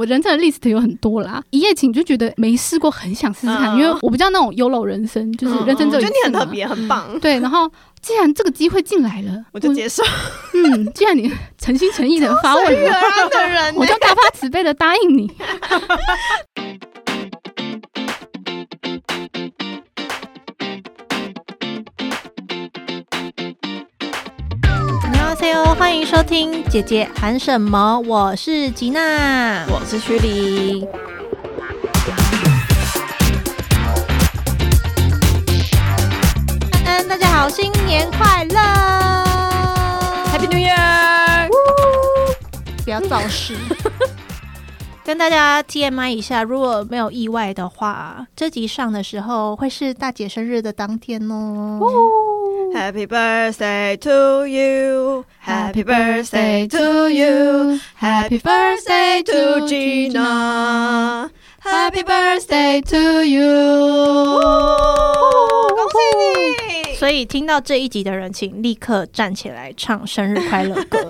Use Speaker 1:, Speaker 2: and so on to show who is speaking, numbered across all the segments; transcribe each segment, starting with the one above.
Speaker 1: 我人生的 list 有很多啦，一夜情就觉得没试过，很想试试看，
Speaker 2: 嗯
Speaker 1: 因为我不叫那种 YOLO 人生，就是人生只有
Speaker 2: 我觉
Speaker 1: 一次
Speaker 2: 得你很特
Speaker 1: 嘛。嗯
Speaker 2: 别，很棒，
Speaker 1: 对，然后既然这个机会进来了，
Speaker 2: 我就 接受。
Speaker 1: 嗯，既然你诚心诚意的发问
Speaker 2: 月
Speaker 1: 了，
Speaker 2: 儿的人呢
Speaker 1: 我，就大发慈悲的答应 你。
Speaker 3: 你好，C.O. 欢迎收听《姐姐喊什么》，我是吉娜。
Speaker 2: 我是曲黎。
Speaker 3: 安安，嗯大家好，新年快乐
Speaker 2: Happy New Year！
Speaker 3: 不要造势。 跟大家 TMI 一下，如果没有意外的话，这集上的时候会是大姐生日的当天哦。
Speaker 2: Happy birthday to you, Happy birthday to you, Happy birthday to Gina, Happy birthday to you。恭喜你！
Speaker 3: 所以听到这一集的人，请立刻站起来唱生日快乐 歌。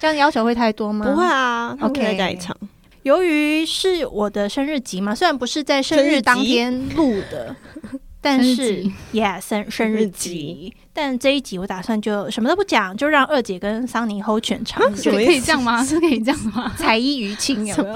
Speaker 3: 这样要求会太多
Speaker 1: 哦
Speaker 3: 吗？
Speaker 2: 不会啊
Speaker 3: OK
Speaker 2: 再加一场。
Speaker 3: 由于是我的生日集嘛，虽然不是在生日当天录的， 但
Speaker 1: 生日
Speaker 3: 是
Speaker 1: 集
Speaker 3: yeah 生生日集，但这一集我打算就什么都不讲，就让二姐跟桑尼 hold 全 场，
Speaker 1: 是
Speaker 2: 什
Speaker 1: 可
Speaker 2: 么
Speaker 1: 以
Speaker 2: 意
Speaker 1: 可以
Speaker 2: 思
Speaker 1: 这样 吗？是可以这样吗？
Speaker 3: 才艺于庆有没有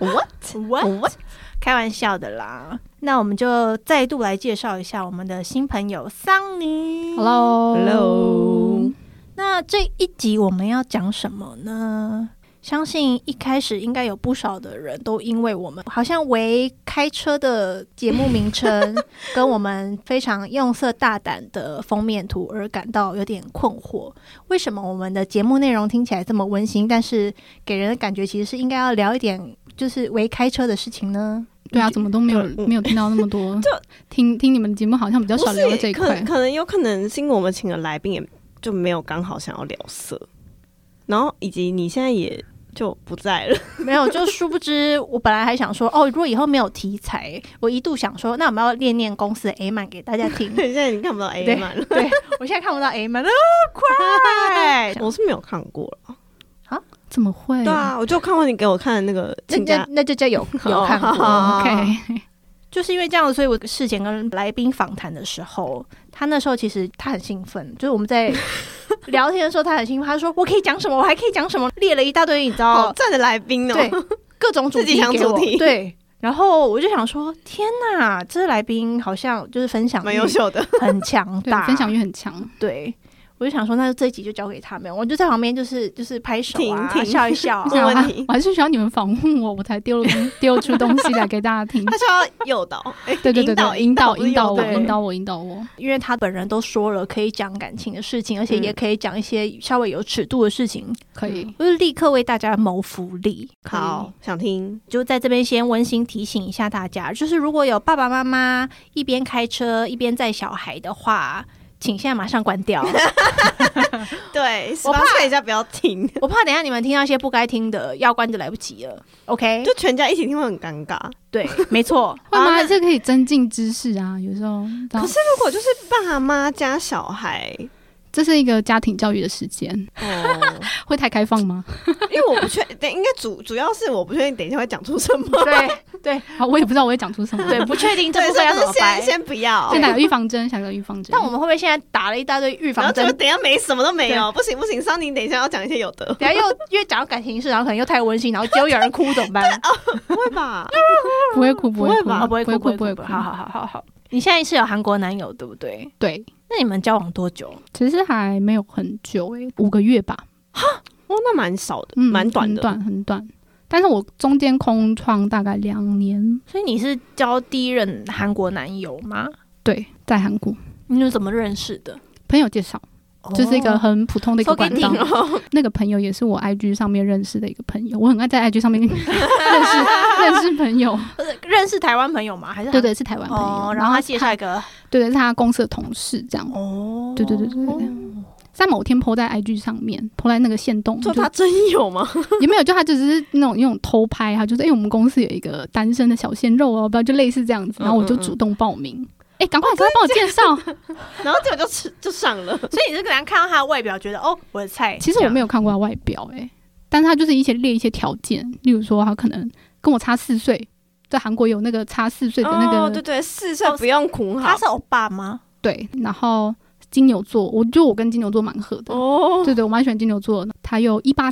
Speaker 2: What？
Speaker 3: ？What？开玩笑的啦。那我们就再度来介绍一下我们的新朋友桑尼。
Speaker 1: Hello
Speaker 2: Hello
Speaker 3: 那这一集我们要讲什么呢？相信一开始应该有不少的人都因为我们好像为开车的节目名 称跟我们非常用色大胆的封面图而感到有点困惑。为什么我们的节目内容听起来这么温馨，但是给人的感觉其实是应该要聊一点就是为开车的事情呢？
Speaker 1: 对啊，怎么都没有
Speaker 2: 嗯
Speaker 1: 没有听到那么多，就听听你们的节目好像比较
Speaker 2: 不
Speaker 1: 少聊到
Speaker 2: 是，
Speaker 1: 这一
Speaker 2: 可
Speaker 1: 块。
Speaker 2: 可能有可能是因为我们请的来宾也就没有刚好想要聊色，然后以及你现在也就不在了。
Speaker 3: 没有，就殊不知，我本来还想说，哦，如果以后没有题材，我一度想说，那我们要练练公司的 A 曼给大家
Speaker 1: 嗯
Speaker 3: 听。
Speaker 2: 现在你看不到 A
Speaker 3: 对
Speaker 2: 曼了，
Speaker 3: 对我现在看不到 A 曼了，
Speaker 2: 哎
Speaker 3: 快！
Speaker 2: 我是没有看过了。
Speaker 1: 怎么会？
Speaker 2: 对啊，我就看过你给我看的那个
Speaker 3: 那
Speaker 2: 请
Speaker 3: 那
Speaker 2: 假，
Speaker 3: 那就叫 有有看
Speaker 2: 好好
Speaker 3: 过
Speaker 2: 好。
Speaker 1: ，OK，
Speaker 3: 就是因为这样，所以我事前跟来宾访谈的时候，他那时候其实他很兴奋，就是我 们在聊天的时候，他很兴奋，他说我可以讲什么，我还可以讲什么，列了一大堆，你知道
Speaker 2: 好，赞的来宾哦。
Speaker 3: 对，各种主
Speaker 2: 自己
Speaker 3: 题
Speaker 2: 想
Speaker 3: 给我
Speaker 2: 主题
Speaker 3: 对。然后我就想说，天哪，这来宾好像就是分 享
Speaker 2: 蛮
Speaker 3: 欲
Speaker 2: 优秀的。
Speaker 3: 很强
Speaker 1: 对
Speaker 3: 大，，
Speaker 1: 分享欲很强。
Speaker 3: 对。我就想说，那这一集就交给他们，我就在旁边就是就是拍手啊，
Speaker 2: 停停
Speaker 3: 笑一 笑
Speaker 1: 我
Speaker 2: 不
Speaker 3: 啊、
Speaker 2: 是
Speaker 1: 想
Speaker 2: 问
Speaker 1: 啊
Speaker 2: 题
Speaker 1: 我还是需要你们访问我，我才丢了东丢出东西来给大家听。
Speaker 2: 他需要诱导，哎
Speaker 1: 对对对
Speaker 2: 啊引导
Speaker 1: 对，引导
Speaker 2: 不
Speaker 1: 引导我，
Speaker 2: 是诱
Speaker 3: 对
Speaker 1: 引导我，引导我。
Speaker 3: 因为他本人都说了可以讲感情的事情，而且也可以讲一些稍微有尺度的事情，
Speaker 1: 可以，
Speaker 3: 我就立刻为大家谋福利。
Speaker 2: 好，，想听
Speaker 3: 就在这边先温馨提醒一下大家，就是如果有爸爸妈妈一边开车一边载小孩的话，请现在马上关 掉。
Speaker 2: 对，
Speaker 3: 我
Speaker 2: 我
Speaker 3: 怕哎
Speaker 2: 怕一下不要听，
Speaker 3: 我怕等一下你们听到一些不该听的，要关就来不及了。OK，
Speaker 2: 就全家一起听会很尴尬。
Speaker 3: 对，没错。
Speaker 1: 会
Speaker 2: 啊
Speaker 1: 吗？
Speaker 2: 那
Speaker 1: 这可以增进知识啊，有时候。
Speaker 2: 可是如果就是爸妈加小孩，
Speaker 1: 这是一个家庭教育的时间，
Speaker 2: 哦，
Speaker 1: 会太开放吗？
Speaker 2: 因为我不确定，应该主主要是我不确定，等一下会讲出什么。
Speaker 3: 对
Speaker 1: 好，啊我也不知道我会讲出什么。
Speaker 3: 对，不确定这
Speaker 2: 对，哦
Speaker 3: 部分要
Speaker 2: 所以
Speaker 3: 怎
Speaker 2: 就
Speaker 3: 么
Speaker 2: 是
Speaker 3: 掰
Speaker 2: 先。先不要
Speaker 1: 先，打个预防针，想个预防针。
Speaker 3: 但我们会不会现在打了一大堆预
Speaker 2: 然后
Speaker 3: 防
Speaker 2: 就
Speaker 3: 针？
Speaker 2: 等一下没什么都没有，不行不行，桑宁等一下要讲一些有的，
Speaker 3: 等一下又因为讲到感情事，然后可能又太温馨，然后结果有人哭怎么办？
Speaker 2: 不会吧？
Speaker 1: 不会哭，不会
Speaker 2: 不会
Speaker 1: 哭，
Speaker 2: 吧
Speaker 3: 啊，不会哭，
Speaker 1: 哭，
Speaker 3: 不会
Speaker 1: 会
Speaker 3: 哭。
Speaker 1: 哭。
Speaker 3: 好好好好好。你现在是有韩国男友对不对？
Speaker 1: 对，
Speaker 3: 那你们交往多久？
Speaker 1: 其实还没有很久诶，五个月吧，
Speaker 2: 哦，那蛮少的，
Speaker 1: 嗯，
Speaker 2: 蛮短
Speaker 1: 很
Speaker 2: 的。
Speaker 1: 短很短。但是我中间空窗大概两年，
Speaker 3: 所以你是交第一任韩国男友吗？
Speaker 1: 对，在韩国
Speaker 3: 你是怎么认识的？
Speaker 1: 朋友介绍，就是一个很普通的一个
Speaker 3: 说给
Speaker 1: 管
Speaker 3: 你
Speaker 1: 道。
Speaker 3: 哦，
Speaker 1: 那个朋友也是我 IG 上面认识的一个朋友，我很爱在 IG 上面 认识认识朋友，
Speaker 3: 认识台湾朋友吗？还是
Speaker 1: 对对，是台湾朋友，
Speaker 3: 哦，然后他
Speaker 1: 他
Speaker 3: 介绍一个
Speaker 1: 对对，是他公司的同事这样，
Speaker 3: 哦
Speaker 1: 对对对对对。在某天 PO 在 IG 上面，PO 在那个线动，
Speaker 2: 说
Speaker 1: 就
Speaker 2: 他真有吗？
Speaker 1: 也没有，就他就只是那种那种偷拍，他就是哎、诶我们公司有一个单身的小鲜肉哦，不要就类似这样
Speaker 2: 嗯
Speaker 1: 子，然后我就主动报名，哎、赶、
Speaker 2: 哦
Speaker 1: 快赶快帮我介绍。
Speaker 2: 然后结果就吃就上了，
Speaker 3: 所以你是可能看到他的外表，觉得哦，我的菜。
Speaker 1: 其实我没
Speaker 3: 有，
Speaker 1: 有看过他外表、诶哎但是他就是一些列一些条件，例如说他可能跟我差四岁，在韩国有那个差四岁的那个、
Speaker 2: 哦，对对，四岁不用哭
Speaker 3: 他
Speaker 2: 好
Speaker 3: 是欧巴吗？
Speaker 1: 对，然后金牛座，我就我跟金牛座蛮合的，
Speaker 2: 哦，
Speaker 1: 对对，我蛮喜欢金牛座的，他有一八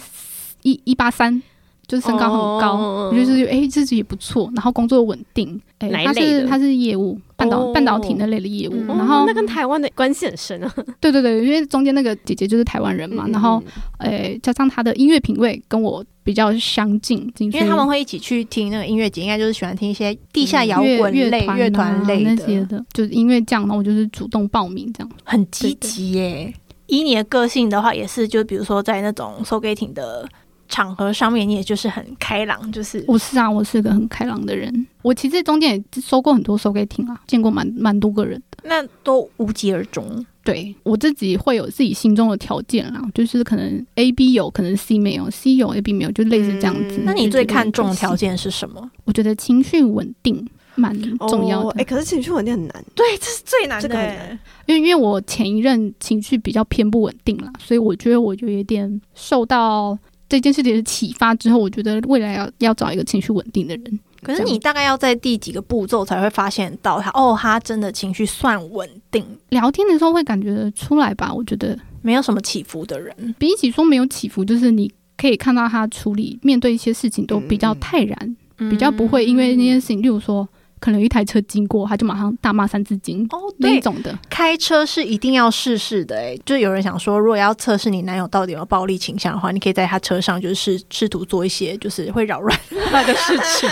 Speaker 1: 一一八三，就是身高很高，
Speaker 2: 哦
Speaker 3: 嗯
Speaker 1: 我觉得就是哎、自己也不错，然后工作稳定，哎、
Speaker 2: 哪一
Speaker 1: 他
Speaker 2: 类
Speaker 1: 是
Speaker 2: 的
Speaker 1: 他是业务，半导、
Speaker 2: 哦
Speaker 1: 半导体那类的业务，
Speaker 3: 嗯
Speaker 1: 然后
Speaker 2: 那跟台湾的关系很深啊，
Speaker 1: 对对对，因为中间那个姐姐就是台湾人
Speaker 3: 嗯
Speaker 2: 嗯
Speaker 1: 嘛，嗯然后诶，加上她的音乐品味跟我比较相近，因
Speaker 3: 因为他们会一起去听那个音乐节，应该就是喜欢听一些地下摇
Speaker 1: 乐
Speaker 3: 滚
Speaker 1: 乐
Speaker 3: 类、
Speaker 1: 团
Speaker 3: 嗯乐团
Speaker 1: 啊
Speaker 3: 类
Speaker 1: 那些
Speaker 3: 的，
Speaker 1: 的，就是因为这样，然后我就是主动报名这样。
Speaker 3: 很积极耶。以你的个性的话，也是就比如说在那种 s o g a t i n g 的场合上面，你也就是很开朗，就是
Speaker 1: 我是啊，我是个很开朗的人，我其实中间也收过很多收给听啊，见过蛮蛮多个人。
Speaker 3: 那都无疾而终。
Speaker 1: 对我自己会有自己心中的条件啦，就是可能 A B 有，可能 C 没有，C 有 A B 没有，就类似这样子。
Speaker 2: 嗯
Speaker 3: 那你
Speaker 1: 就
Speaker 3: 最
Speaker 1: 觉得
Speaker 3: 看重的
Speaker 1: 就是
Speaker 3: 条件是什么？
Speaker 1: 我觉得情绪稳定蛮重要
Speaker 2: 哎、
Speaker 1: 的。
Speaker 2: 诶可是情绪稳定很难，
Speaker 3: 对，这是最难
Speaker 2: 这个很
Speaker 3: 耶
Speaker 2: 难
Speaker 1: 因为因为我前一任情绪比较偏不稳定啦，所以我觉得我有一点受到这件事情的启发之后，我觉得未来要要找一个情绪稳定的人。
Speaker 3: 可是你大概要在第几个步骤才会发现到他哦，他真的情绪算稳定，
Speaker 1: 聊天的时候会感觉得出来吧？我觉得
Speaker 3: 没有什么起伏的人。
Speaker 1: 比起说没有起伏，就是你可以看到他处理面对一些事情都比
Speaker 2: 嗯
Speaker 1: 较泰然，
Speaker 3: 嗯
Speaker 1: 比较不会因为那件事情，例如说可能有一台车经过，他就马上大骂三字经。
Speaker 3: 哦，
Speaker 1: 那一
Speaker 3: 对，
Speaker 1: 种的，
Speaker 3: 开车是一定要试试的、欸。就有人想说，如果要测试你男友到底有没有暴力倾向的话，你可以在他车上就是试试图做一些就是会扰乱他的事情。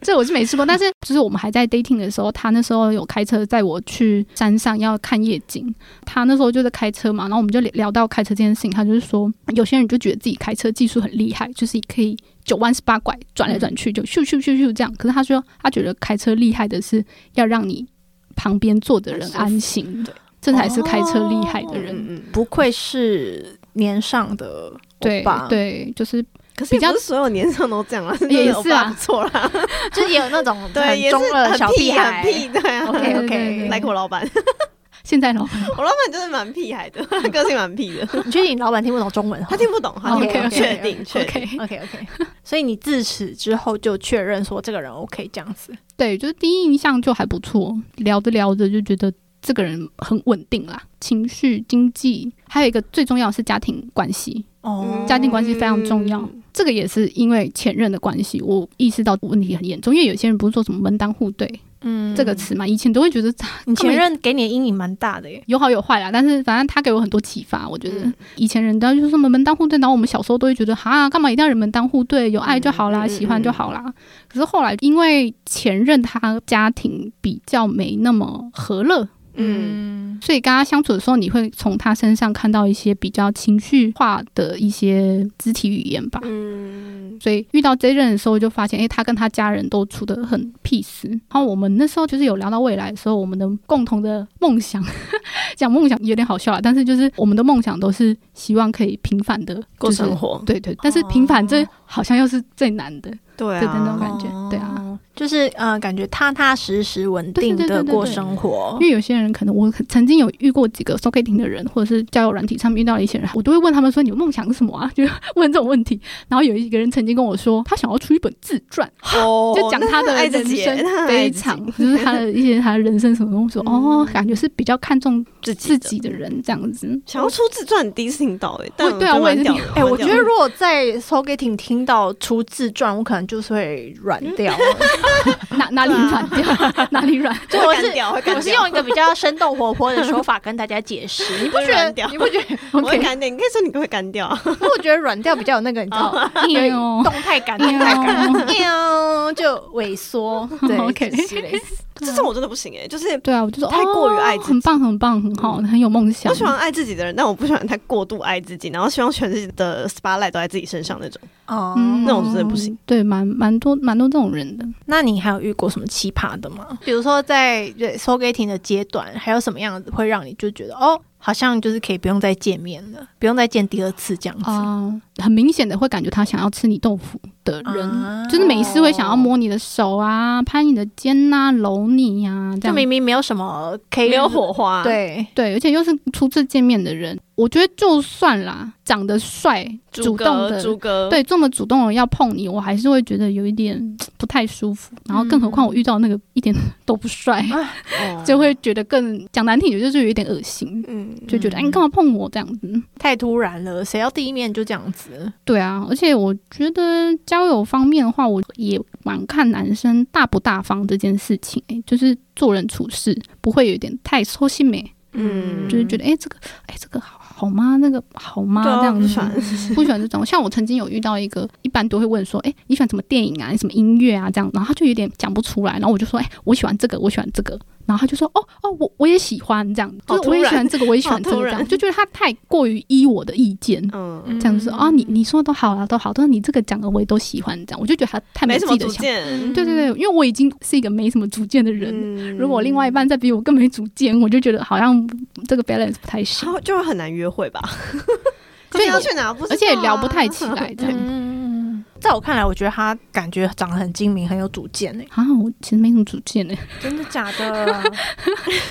Speaker 1: 这我是没试过。但是就是我们还在 dating 的时候，他那时候有开车载我去山上要看夜景，他那时候就在开车嘛，然后我们就聊聊到开车这件事情，他就是说有些人就觉得自己开车技术很厉害，就是可以九弯十八拐转
Speaker 3: 嗯
Speaker 1: 来转去就咻咻咻咻这样，可是他说他觉得开车厉害的是要让你旁边坐的人安心，
Speaker 2: 对
Speaker 1: 这才是开车厉害的人。
Speaker 2: 嗯嗯，
Speaker 3: 不愧是年上的
Speaker 1: 对
Speaker 3: 欧巴，，
Speaker 1: 对，就是
Speaker 2: 可是
Speaker 1: 比
Speaker 2: 也
Speaker 1: 较
Speaker 2: 不是所有年上都这样啦，
Speaker 1: 也
Speaker 2: 就是我
Speaker 1: 是
Speaker 2: 爸
Speaker 1: 啊
Speaker 2: 不错啦，
Speaker 3: 就是也有那种
Speaker 2: 对，
Speaker 3: 很
Speaker 2: 也是
Speaker 3: 中二的
Speaker 2: 很
Speaker 3: 小
Speaker 2: 屁
Speaker 3: 屁孩
Speaker 2: 很。屁，对啊。
Speaker 1: 对
Speaker 3: OK
Speaker 1: 对对对
Speaker 3: OK，
Speaker 2: 来过我 老板，
Speaker 1: 现在老
Speaker 2: 我老板就是蛮屁孩的，他个性蛮屁的，
Speaker 3: 你确定你老板听不懂中文？
Speaker 2: 他听不懂，他听不懂，
Speaker 1: 哦 OK，OK，OK，
Speaker 2: 确定确定。
Speaker 1: OK。
Speaker 3: OK OK，所以你自此之后就确认说这个人 OK 这样子。
Speaker 1: 对，就是第一印象就还不错，聊着聊着就觉得这个人很稳定啦，情绪、经济，还有一个最重要的是家庭关系，
Speaker 3: 哦
Speaker 2: 嗯
Speaker 1: 家庭关系非常重要。
Speaker 2: 嗯
Speaker 1: 这个也是因为前任的关系，我意识到问题很严重，因为有些人不是说什么门当户对、
Speaker 3: 嗯
Speaker 1: 这个词嘛，以前都会觉得
Speaker 3: 你前任给你的阴影蛮大的耶。
Speaker 1: 有好有坏啦，但是反正他给我很多启发。我觉得
Speaker 2: 嗯
Speaker 1: 以前人家就说什么门当户对，然后我们小时候都会觉得哈，干嘛一定要人门当户对，有爱就好啦，
Speaker 2: 嗯嗯嗯
Speaker 1: 喜欢就好啦。可是后来因为前任他家庭比较没那么和乐，
Speaker 2: 嗯，
Speaker 3: 嗯，
Speaker 1: 所以跟他相处的时候，你会从他身上看到一些比较情绪化的一些肢体语言吧。
Speaker 2: 嗯，
Speaker 1: 所以遇到这一任的时候，就发现，诶，他跟他家人都处得很 peace。然后我们那时候就是有聊到未来的时候，我们的共同的梦想， 讲梦想有点好笑啊，但是就是我们的梦想都是希望可以平凡的
Speaker 2: 过
Speaker 1: 就是
Speaker 2: 生活，
Speaker 1: 对对，但是平凡这好像又是最难的，
Speaker 2: 对
Speaker 1: 对的那种
Speaker 2: 啊，
Speaker 1: 感觉对啊，
Speaker 3: 就是呃，感觉踏踏实实、稳定
Speaker 1: 对对
Speaker 3: 的
Speaker 1: 对对
Speaker 3: 过
Speaker 1: 对
Speaker 3: 生活
Speaker 1: 因。为有些人可能我曾经有遇过几个 s o c k e t i n g 的人，或者是交友软体上面遇到的一些人，我都会问他们说你们梦想是什么啊？就是问这种问题。然后有一个人曾经跟我说，他想要出一本自传，
Speaker 2: 哦
Speaker 1: 就讲他的
Speaker 2: 爱自
Speaker 1: 人
Speaker 2: 己耶，
Speaker 1: 生
Speaker 2: 那很爱
Speaker 1: 非
Speaker 2: 自己
Speaker 1: 常，就是他的一些他的人生什么东西，我说哦，感觉是比较看重
Speaker 2: 嗯自己
Speaker 1: 自
Speaker 2: 的
Speaker 1: 己的人这样子。
Speaker 2: 想要出自传，第一次听到哎，但
Speaker 1: 对啊我也是
Speaker 2: 哎
Speaker 1: 听，
Speaker 2: 蛮
Speaker 3: 哎、
Speaker 2: 屌的
Speaker 3: 我觉得如果在 s o g a t i n g 听到出自传，我可能就是会软掉。
Speaker 1: 哪哪
Speaker 2: 啊
Speaker 1: 里软掉， 哪里 软。
Speaker 3: 就
Speaker 2: 会
Speaker 3: 我
Speaker 2: 干
Speaker 3: 是
Speaker 2: 掉会干
Speaker 3: 我是
Speaker 2: 掉
Speaker 3: 用一个比较生动活泼的说法跟大家解释，你不觉
Speaker 2: 会
Speaker 3: 得
Speaker 2: 软？掉
Speaker 3: 你不觉得？
Speaker 2: 我会
Speaker 1: OK，
Speaker 2: 干掉，你可以说你会干掉啊，
Speaker 3: 因为我觉得软掉比较有那个，你知道 吗，
Speaker 1: 哎呦
Speaker 3: 动态感，动态感。
Speaker 1: 哎呦
Speaker 3: 喵 就萎缩，对
Speaker 1: OK
Speaker 3: 就是类似
Speaker 1: 啊
Speaker 2: 这种我真的不行哎，就是
Speaker 1: 对啊，我就说
Speaker 2: 太过于爱
Speaker 1: 哦
Speaker 2: 自己
Speaker 1: 很
Speaker 2: 嗯
Speaker 1: 棒，很棒，很好，很有梦想
Speaker 2: 我。喜欢爱自己的人，但我不喜欢他过度爱自己，然后希望全世界的 spotlight 都在自己身上那种。
Speaker 3: 哦
Speaker 1: 嗯，
Speaker 2: 那种真的不行。
Speaker 1: 对，蛮蛮多蛮多这种人的。
Speaker 3: 那你还有遇过什么奇葩的吗？比如说在收 g a t i n g 的阶段，还有什么样子会让你就觉得哦，好像就是可以不用再见面了，不用再见第二次这样子？
Speaker 1: 啊、很明显的会感觉他想要吃你豆腐的人，
Speaker 3: 啊
Speaker 1: 就是每一次会想要摸你的手啊、拍你的肩呐、揉你呀、这
Speaker 3: 就
Speaker 1: 样。哎
Speaker 3: 明明没有什么可以啊
Speaker 2: 花
Speaker 3: 对，
Speaker 1: 对，而且又是初次见面的人，我觉得就算啦，长得帅、主
Speaker 2: 格
Speaker 1: 动的，
Speaker 2: 主格，
Speaker 1: 对这么主动的人要碰你，我还是会觉得有一点不太舒服。然后，更何况我遇到那个一点都不帅，
Speaker 2: 哦
Speaker 1: 就会觉得更讲难听点，就是有一点恶心，
Speaker 2: 嗯，
Speaker 1: 就觉得哎、你干嘛碰我这样子？
Speaker 3: 太突然了，谁要第一面就这样子？
Speaker 1: 对啊，而且我觉得交友方面的话，我也蛮看男生大不大方这件事情、哎，就是做人处事不会有点太抽心美，
Speaker 2: 嗯，
Speaker 1: 就是觉得哎、这个哎、这个好好吗？那个好吗？
Speaker 2: 对啊
Speaker 1: 这样
Speaker 2: 不
Speaker 1: 子
Speaker 2: 喜欢
Speaker 1: 不喜欢这种。像我曾经有遇到一个，一般都会问说，哎、你喜欢什么电影啊？你什么音乐啊？这样，然后他就有点讲不出来，然后我就说，哎、我喜欢这个，我喜欢这个，然后他就说，哦哦，我我也喜欢这样，
Speaker 2: 好
Speaker 1: 就是我也
Speaker 2: 突然
Speaker 1: 喜欢这个，我也喜欢这个，
Speaker 2: 好突
Speaker 1: 这
Speaker 2: 然
Speaker 1: 样就觉得他太过于依我的意见。
Speaker 2: 嗯，
Speaker 1: 这样子说啊，你你说的都好啊，都好，但是你这个讲的我也都喜欢，这样我就觉得他太
Speaker 2: 没
Speaker 1: 有
Speaker 2: 什
Speaker 1: 自
Speaker 2: 么
Speaker 1: 己的
Speaker 2: 主
Speaker 1: 想法。嗯
Speaker 2: 见，
Speaker 1: 对对对，因为我已经是一个没什么主见的人，
Speaker 2: 嗯
Speaker 1: 如果另外一，半再比我更没主见，我就觉得好像这个 balance 不太行，
Speaker 2: 他就会很难约会吧？
Speaker 1: 所以
Speaker 2: 要去哪？不知道啊
Speaker 1: 而且也聊不太起 来这样。
Speaker 3: 嗯，在我看来，我觉得他感觉长得很精明，很有主见欸诶、
Speaker 1: 啊，我其实没什么主见呢。
Speaker 3: 真的假的？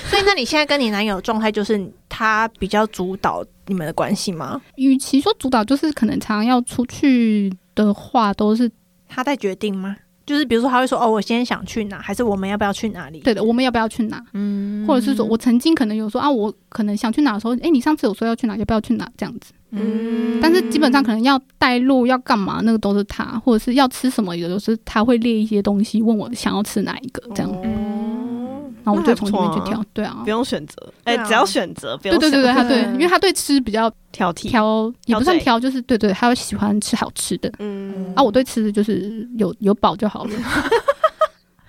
Speaker 3: 所以，那你现在跟你男友的状态就是他比较主导你们的关系吗？
Speaker 1: 与其说主导，就是可能常常要出去的话，都是
Speaker 3: 他在决定吗？就是比如说，他会说：“哦，我今天想去哪，还是我们要不要去哪里？”
Speaker 1: 对的。我们要不要去哪？嗯，或者是说，我曾经可能有说啊，我可能想去哪的时候，哎、你上次有说要去哪，要不要去哪这样子？
Speaker 2: 嗯
Speaker 1: 但是基本上可能要带路，要干嘛，那个都是他，或者是要吃什么，有的时候他会列一些东西，问我想要吃哪一个这样，
Speaker 2: 嗯，
Speaker 1: 然后我
Speaker 2: 哦那
Speaker 1: 就
Speaker 2: 还
Speaker 1: 从
Speaker 2: 不
Speaker 1: 里面
Speaker 2: 错
Speaker 1: 去
Speaker 2: 啊
Speaker 1: 挑。对啊
Speaker 2: 不，用选择，哎，
Speaker 3: 对啊
Speaker 2: 只要选择，不
Speaker 1: 对
Speaker 2: 用
Speaker 1: 对对对，
Speaker 2: 选
Speaker 1: 他对，
Speaker 3: 嗯
Speaker 1: 因为他对吃比较
Speaker 2: 挑剔，
Speaker 1: 挑，也
Speaker 2: 挑
Speaker 1: 不算
Speaker 2: 嘴
Speaker 1: 挑，就是对对，他喜欢吃好吃的。
Speaker 2: 嗯
Speaker 1: 啊，我对吃的就是有有饱就 好了。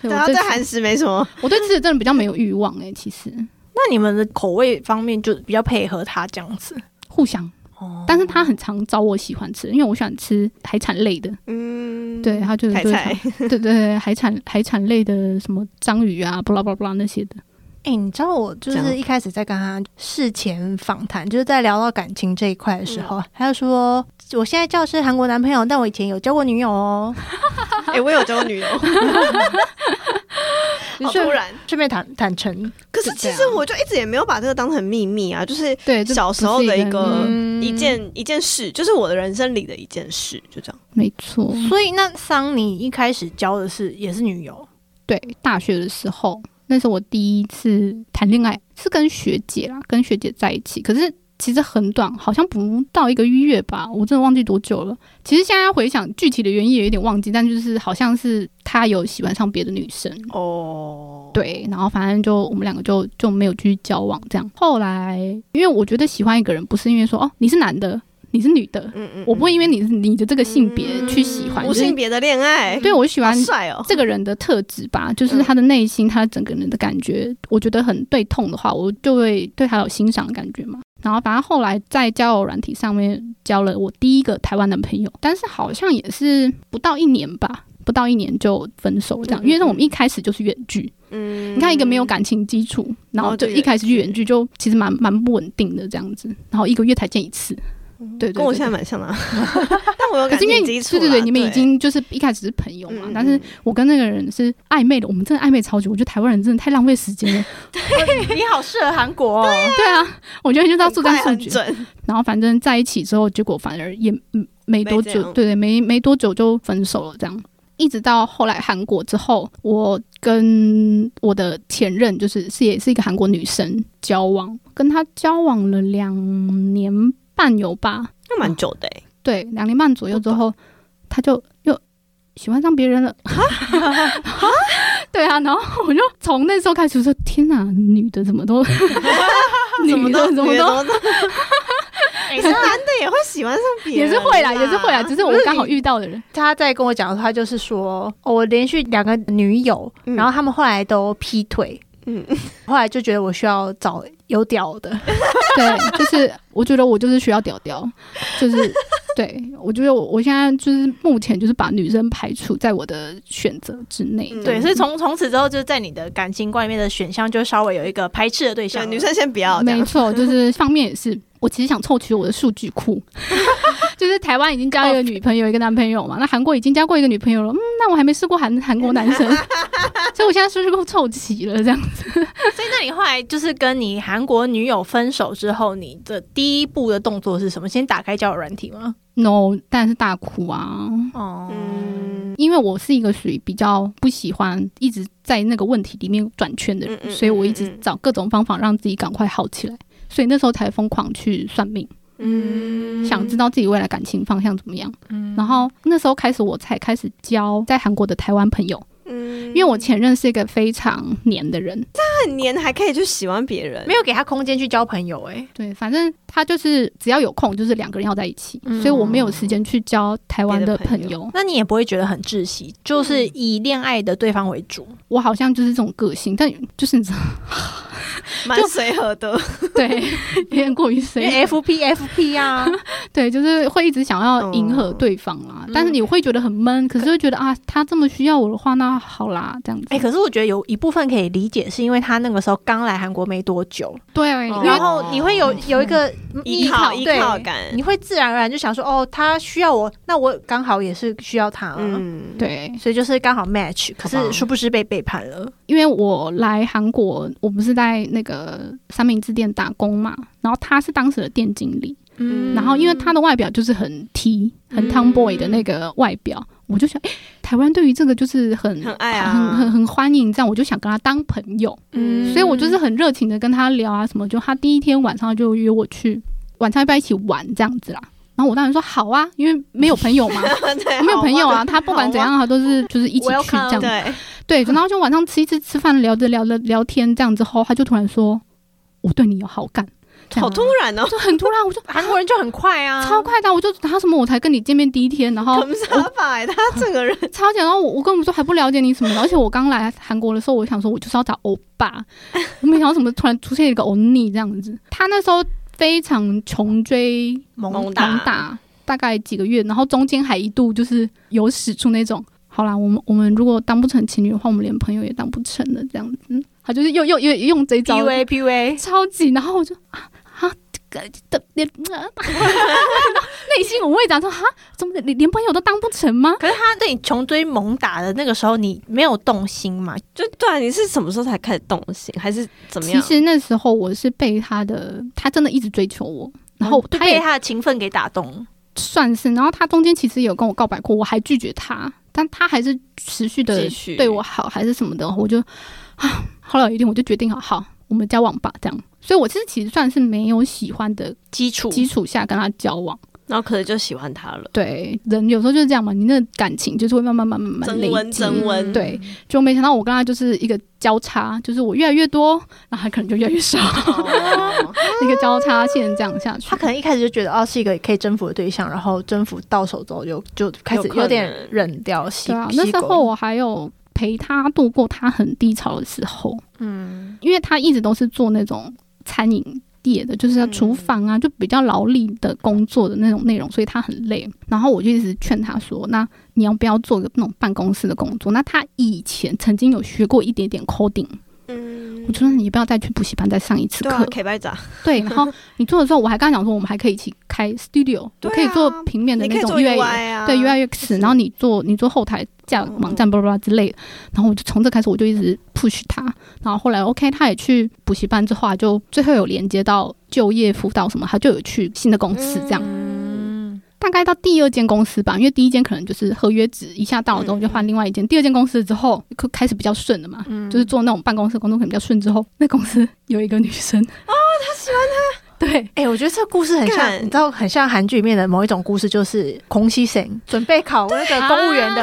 Speaker 1: 对
Speaker 2: 对
Speaker 1: 我
Speaker 2: 啊，
Speaker 1: 对
Speaker 2: 对
Speaker 1: 吃
Speaker 2: 韩食没什么，
Speaker 1: 我对吃的真的比较没有欲望哎、其实
Speaker 3: 那你们的口味方面就比较配合他这样子。
Speaker 1: 互相，
Speaker 2: 哦
Speaker 1: 但是他很常找我喜欢吃，因为我喜欢吃海产类的，
Speaker 2: 嗯，
Speaker 1: 对，他就是
Speaker 2: 台
Speaker 1: 就会
Speaker 2: 菜，
Speaker 1: 常对对对，海产海产类的什么章鱼啊，巴拉巴拉巴拉那些的，
Speaker 3: 哎、你知道我就
Speaker 2: 这样
Speaker 3: 是一开始在跟他事前访谈，就是在聊到感情这一块的时候，他就说我现在叫是韩国男朋友，但我以前有交过女友哦。
Speaker 1: 啊
Speaker 2: 哎，我有交过 女友，好突然。
Speaker 3: 顺便坦坦诚，
Speaker 2: 可是其实我就一直也没有把这个当成秘密啊，就是
Speaker 1: 对，这
Speaker 2: 小时
Speaker 1: 不
Speaker 2: 候
Speaker 1: 是
Speaker 2: 的一
Speaker 1: 一
Speaker 2: 个
Speaker 1: 嗯
Speaker 2: 一件一件事，就是我的人生里的一件事，就这样。
Speaker 1: 没错，
Speaker 3: 嗯所以那桑你一开始交的是也是女友，
Speaker 1: 对，大学的时候，那是我第一次谈恋爱，是跟学姐啦，跟学姐在一起，可是。其实很短，好像不到一个月吧，我真的忘记多久了。其实现在回想具体的原因也有点忘记，但就是好像是他有喜欢上别的女生，
Speaker 2: 哦，
Speaker 1: 对，然后反正就我们两个就就没有继续交往这样。后来，因为我觉得喜欢一个人不是因为说哦你是男的，你是女的，
Speaker 2: 嗯嗯
Speaker 1: 我不会因为你是你的这个性别去喜欢，
Speaker 2: 无
Speaker 1: 就是
Speaker 2: 嗯性别的恋爱，
Speaker 1: 对我喜
Speaker 2: 好
Speaker 1: 欢
Speaker 2: 帅哦，
Speaker 1: 这个人的特质吧，就是
Speaker 2: 嗯
Speaker 1: 他的内心，他整个人的感觉，我觉得很对痛的话，我就会对他有欣赏的感觉嘛。然后，反正后来在交友软体上面交了我第一个台湾男朋友，但是好像也是不到一年吧，不到一年就分手这样，
Speaker 2: 嗯
Speaker 1: 因为我们一开始就是远距，
Speaker 2: 嗯哦
Speaker 1: 你看一个没有感情基础，然后就一开始就远距，就其实蛮蛮不稳定的这样子，然后一个月才见一次，对对对
Speaker 2: 嗯跟我现在蛮像 的啊，但我有
Speaker 1: 可
Speaker 2: 感
Speaker 1: 是因为
Speaker 2: 情
Speaker 1: 你
Speaker 2: 基础啊
Speaker 1: 对
Speaker 2: 啦，嗯
Speaker 1: 对对，你们已经就是一开始是朋友嘛，但是我跟那个人是暧昧的，我们真的暧昧超久，我觉得台湾人真的太浪费时间了。
Speaker 3: 你好适合韩国哦。
Speaker 1: 对啊，我觉得就是要速战
Speaker 2: 快
Speaker 1: 速
Speaker 2: 很
Speaker 1: 决。
Speaker 2: 准，
Speaker 1: 然后反正在一起之后，结果反而也嗯没多
Speaker 2: 没这
Speaker 1: 久，
Speaker 2: 样
Speaker 1: 对对，没没多久就分手了，这样。一直到后来韩国之后，我跟我的前任就是是也是一个韩国女生交往，跟她交往了两年半有吧，
Speaker 2: 那蛮久的 欸，
Speaker 1: 对，两年半左右之后，他就又喜欢上别人了。 对啊，然后我就从那时候开始说，天哪，女的怎么 都，女的怎么都
Speaker 2: 都，可是男的也会喜欢上别
Speaker 1: 也
Speaker 2: 人，啊
Speaker 1: 是会啦，也是会啦，只是我
Speaker 3: 不是
Speaker 1: 刚好
Speaker 3: 你
Speaker 1: 遇到的人。
Speaker 3: 他在跟我讲的时候，他就是说，哦，我连续两个女友，
Speaker 2: 嗯
Speaker 3: 然后他们后来都劈腿，
Speaker 2: 嗯，
Speaker 3: 后来就觉得我需要找有屌 的，
Speaker 1: 对，就是我觉得我就是需要屌屌，就是 对我觉得我我现在就是目前就是把女生排除在我的选择之内。
Speaker 2: 嗯
Speaker 3: 对，所以从从此之后，就在你的感情观里面的选项，就稍微有一个排斥的对象
Speaker 2: 对，哦
Speaker 3: 了。
Speaker 2: 女生先不要这
Speaker 1: 没
Speaker 2: 样，
Speaker 1: 错，就是方面也是。我其实想凑齐我的数据库， 就是台湾已经交一个女朋友、一个男朋友嘛，那韩国已经交过一个女朋友了，嗯，那我还没试过韩韩国男生， 所以我现在数据库凑齐了，这样
Speaker 3: 所以那你后来就是跟你韩国女友分手之后，你的第一步的动作是什么？先打开交友软体吗？
Speaker 1: no，但是大哭啊，
Speaker 3: 哦
Speaker 2: 嗯，
Speaker 1: 因为我是一个属于比较不喜欢一直在那个问题里面转圈的人，
Speaker 2: 嗯嗯
Speaker 1: 所以我一直
Speaker 2: 嗯嗯
Speaker 1: 找各种方法让自己赶快好起来，所以那时候才疯狂去算命，
Speaker 2: 嗯
Speaker 1: 想知道自己未来感情方向怎么样。然后那时候开始，我才开始交在韩国的台湾朋友，
Speaker 2: 嗯，
Speaker 1: 因为我前任是一个非常黏的人，
Speaker 2: 半年还可以去喜欢别人，
Speaker 3: 没有给他空间去交朋友、哎，
Speaker 1: 对，反正他就是只要有空就是两个人要在一起，
Speaker 3: 嗯
Speaker 1: 所以我没有时间去交台湾的
Speaker 2: 别
Speaker 1: 朋
Speaker 2: 的朋
Speaker 1: 友。
Speaker 3: 那你也不会觉得很窒息，
Speaker 2: 嗯
Speaker 3: 就是以恋爱的对方为主。
Speaker 1: 我好像就是这种个性，但就是你知道，
Speaker 2: 蛮随和 的。
Speaker 1: 对，有 点过于
Speaker 3: 因
Speaker 1: 随意。
Speaker 3: 为 FP FP 啊，
Speaker 1: 对，就是会一直想要迎合对方啦，
Speaker 3: 嗯
Speaker 1: 但是你会觉得很闷，可是会觉得啊，他这么需要我的话，那好啦，这样子。
Speaker 2: 嗯
Speaker 3: 哎、可是我觉得有一部分可以理解，是因为他那个时候刚来韩国没多久，
Speaker 1: 对，因
Speaker 2: 哦
Speaker 1: 为
Speaker 3: 然后你会有有一个
Speaker 2: 依靠依
Speaker 3: 对
Speaker 2: 靠感
Speaker 3: 你会自然而然就想说，哦，他需要我，那我刚好也是需要他、
Speaker 2: 嗯，
Speaker 1: 对，
Speaker 3: 所以就是刚好 match，可
Speaker 2: 好
Speaker 3: 是
Speaker 2: 吧
Speaker 3: 殊不知被背叛了。
Speaker 1: 因为我来韩国，我不是在那个三明治店打工嘛，然后他是当时的店经理，
Speaker 2: 嗯
Speaker 1: 然后因为他的外表就是很 T、很 Tomboy 的那个外表，我就想，哎，台湾对于这个就是很
Speaker 2: 很爱啊
Speaker 1: 很很很欢迎，这样我就想跟他当朋友。
Speaker 2: 嗯
Speaker 1: 所以 我就是很热情的跟他聊啊什么，就他第一天晚上就约我去晚上要不要一起玩这样子啦。然后我当然说好啊，因为没有朋友 嘛，
Speaker 2: 对，
Speaker 1: 没有朋友啊，
Speaker 2: 好玩
Speaker 1: 他不管怎样嗯他都是就是一起去这
Speaker 3: Welcome，
Speaker 1: 样子。
Speaker 2: 对，
Speaker 1: 对，然后就晚上吃一吃吃饭，聊着聊着聊天这样之后，他就突然说我对你有好感，这样
Speaker 2: 好突然哦，
Speaker 1: 就很突然，我就
Speaker 3: 韩国人就很快啊，
Speaker 1: 超快的，我就他什么我才跟你见面第一天， 然后
Speaker 2: 可是他把欸他这个人
Speaker 1: 超简单，我我根本说还不了解你什么的，而且我刚来韩国的时候，我想说我就是要找欧巴，我没想到怎么突然出现一个欧尼这样子。他那时候非常穷追
Speaker 3: 萌
Speaker 2: 猛打
Speaker 1: 猛打，大概几个月，然后中间还一度就是有使出那种，好啦，我们我们如果当不成情侣的话，我们连朋友也当不成了这样子。他就是又又又又用这一招，
Speaker 3: PUA PUA，
Speaker 1: 超级，然后我就啊啊，这个的连，啊内心我会讲说哈，怎么连连朋友都当不成吗？
Speaker 3: 可是他对你穷追猛打的那个时候，你没有动心嘛？
Speaker 2: 就对啊，你是什么时候才开始动心，还是怎么
Speaker 1: 其
Speaker 2: 样？
Speaker 1: 实那时候我是被他的，他真的一直追求我，然后
Speaker 3: 哦就
Speaker 1: 他
Speaker 3: 被
Speaker 1: 也
Speaker 3: 他的情分给打动。
Speaker 1: 算是，然后他中间其实也有跟我告白过，我还拒绝他，但他还是持续的
Speaker 2: 继续
Speaker 1: 对我好还是什么的，我就啊，后来有一天我就决定好好，我们交往吧，这样。所以我其实其实算是没有喜欢的
Speaker 3: 基础
Speaker 1: 基础下跟他交往。
Speaker 2: 然后可能就喜欢他了，
Speaker 1: 对，人有时候就是这样嘛，你那感情就是会慢慢慢慢慢慢
Speaker 2: 增温
Speaker 1: 累积。
Speaker 2: 增温，
Speaker 1: 对就没想到我跟他就是一个交叉，就是我越来越多，然后他可能就越来越少，
Speaker 2: 哦
Speaker 1: 一个交叉线这样下去。
Speaker 3: 他可能一开始就觉得哦是一个可以征服的对象，然后征服到手之后就就开始
Speaker 2: 有可能
Speaker 3: 有点忍掉吸
Speaker 1: 对啊，那
Speaker 3: 吸
Speaker 1: 时
Speaker 3: 狗
Speaker 1: 候我还有陪他度过他很低潮的时候，
Speaker 3: 嗯
Speaker 1: 因为他一直都是做那种餐饮业的，就是要
Speaker 2: 嗯
Speaker 1: 厨房啊，就比较劳力的工作的那种内容，所以他很累。然后我就一直劝他说：“那你要不要做个那种办公室的工作？”那他以前曾经有学过一点点 coding，
Speaker 2: 嗯
Speaker 1: 我就说你不要再去补习班再上一次
Speaker 2: 对
Speaker 1: 课
Speaker 2: 啊，。K 班长，
Speaker 1: 对，然后你做的时候，我还跟他讲说，我们还可以一起开 studio，、我
Speaker 2: 对啊
Speaker 1: 可以做平面的
Speaker 2: 你可
Speaker 1: 那
Speaker 2: 以
Speaker 1: 种
Speaker 2: 做
Speaker 1: UI
Speaker 2: UI 啊，
Speaker 1: 对 UIX，然后你做你做后台架网站，巴拉巴拉之类的。然后我就从这开始，我就一直 push 他。然后后来 OK，他也去补习班之后啊，就最后有连接到就业辅导什么，他就有去新的公司这样。
Speaker 3: 嗯，
Speaker 1: 大概到第二间公司吧，因为第一间可能就是合约值一下到了之后
Speaker 2: 嗯
Speaker 1: 就换另外一间，第二间公司之后可开始比较顺了嘛，就是做那种办公室工作可能比较顺之后，那公司有一个女生哦，他喜欢 她，对。
Speaker 3: 哎、我觉得这个故事很像，
Speaker 2: 干
Speaker 3: 你知道，很像韩剧里面的某一种故事，就是孔熙
Speaker 1: 啊
Speaker 3: 贤准备考那个公务员的，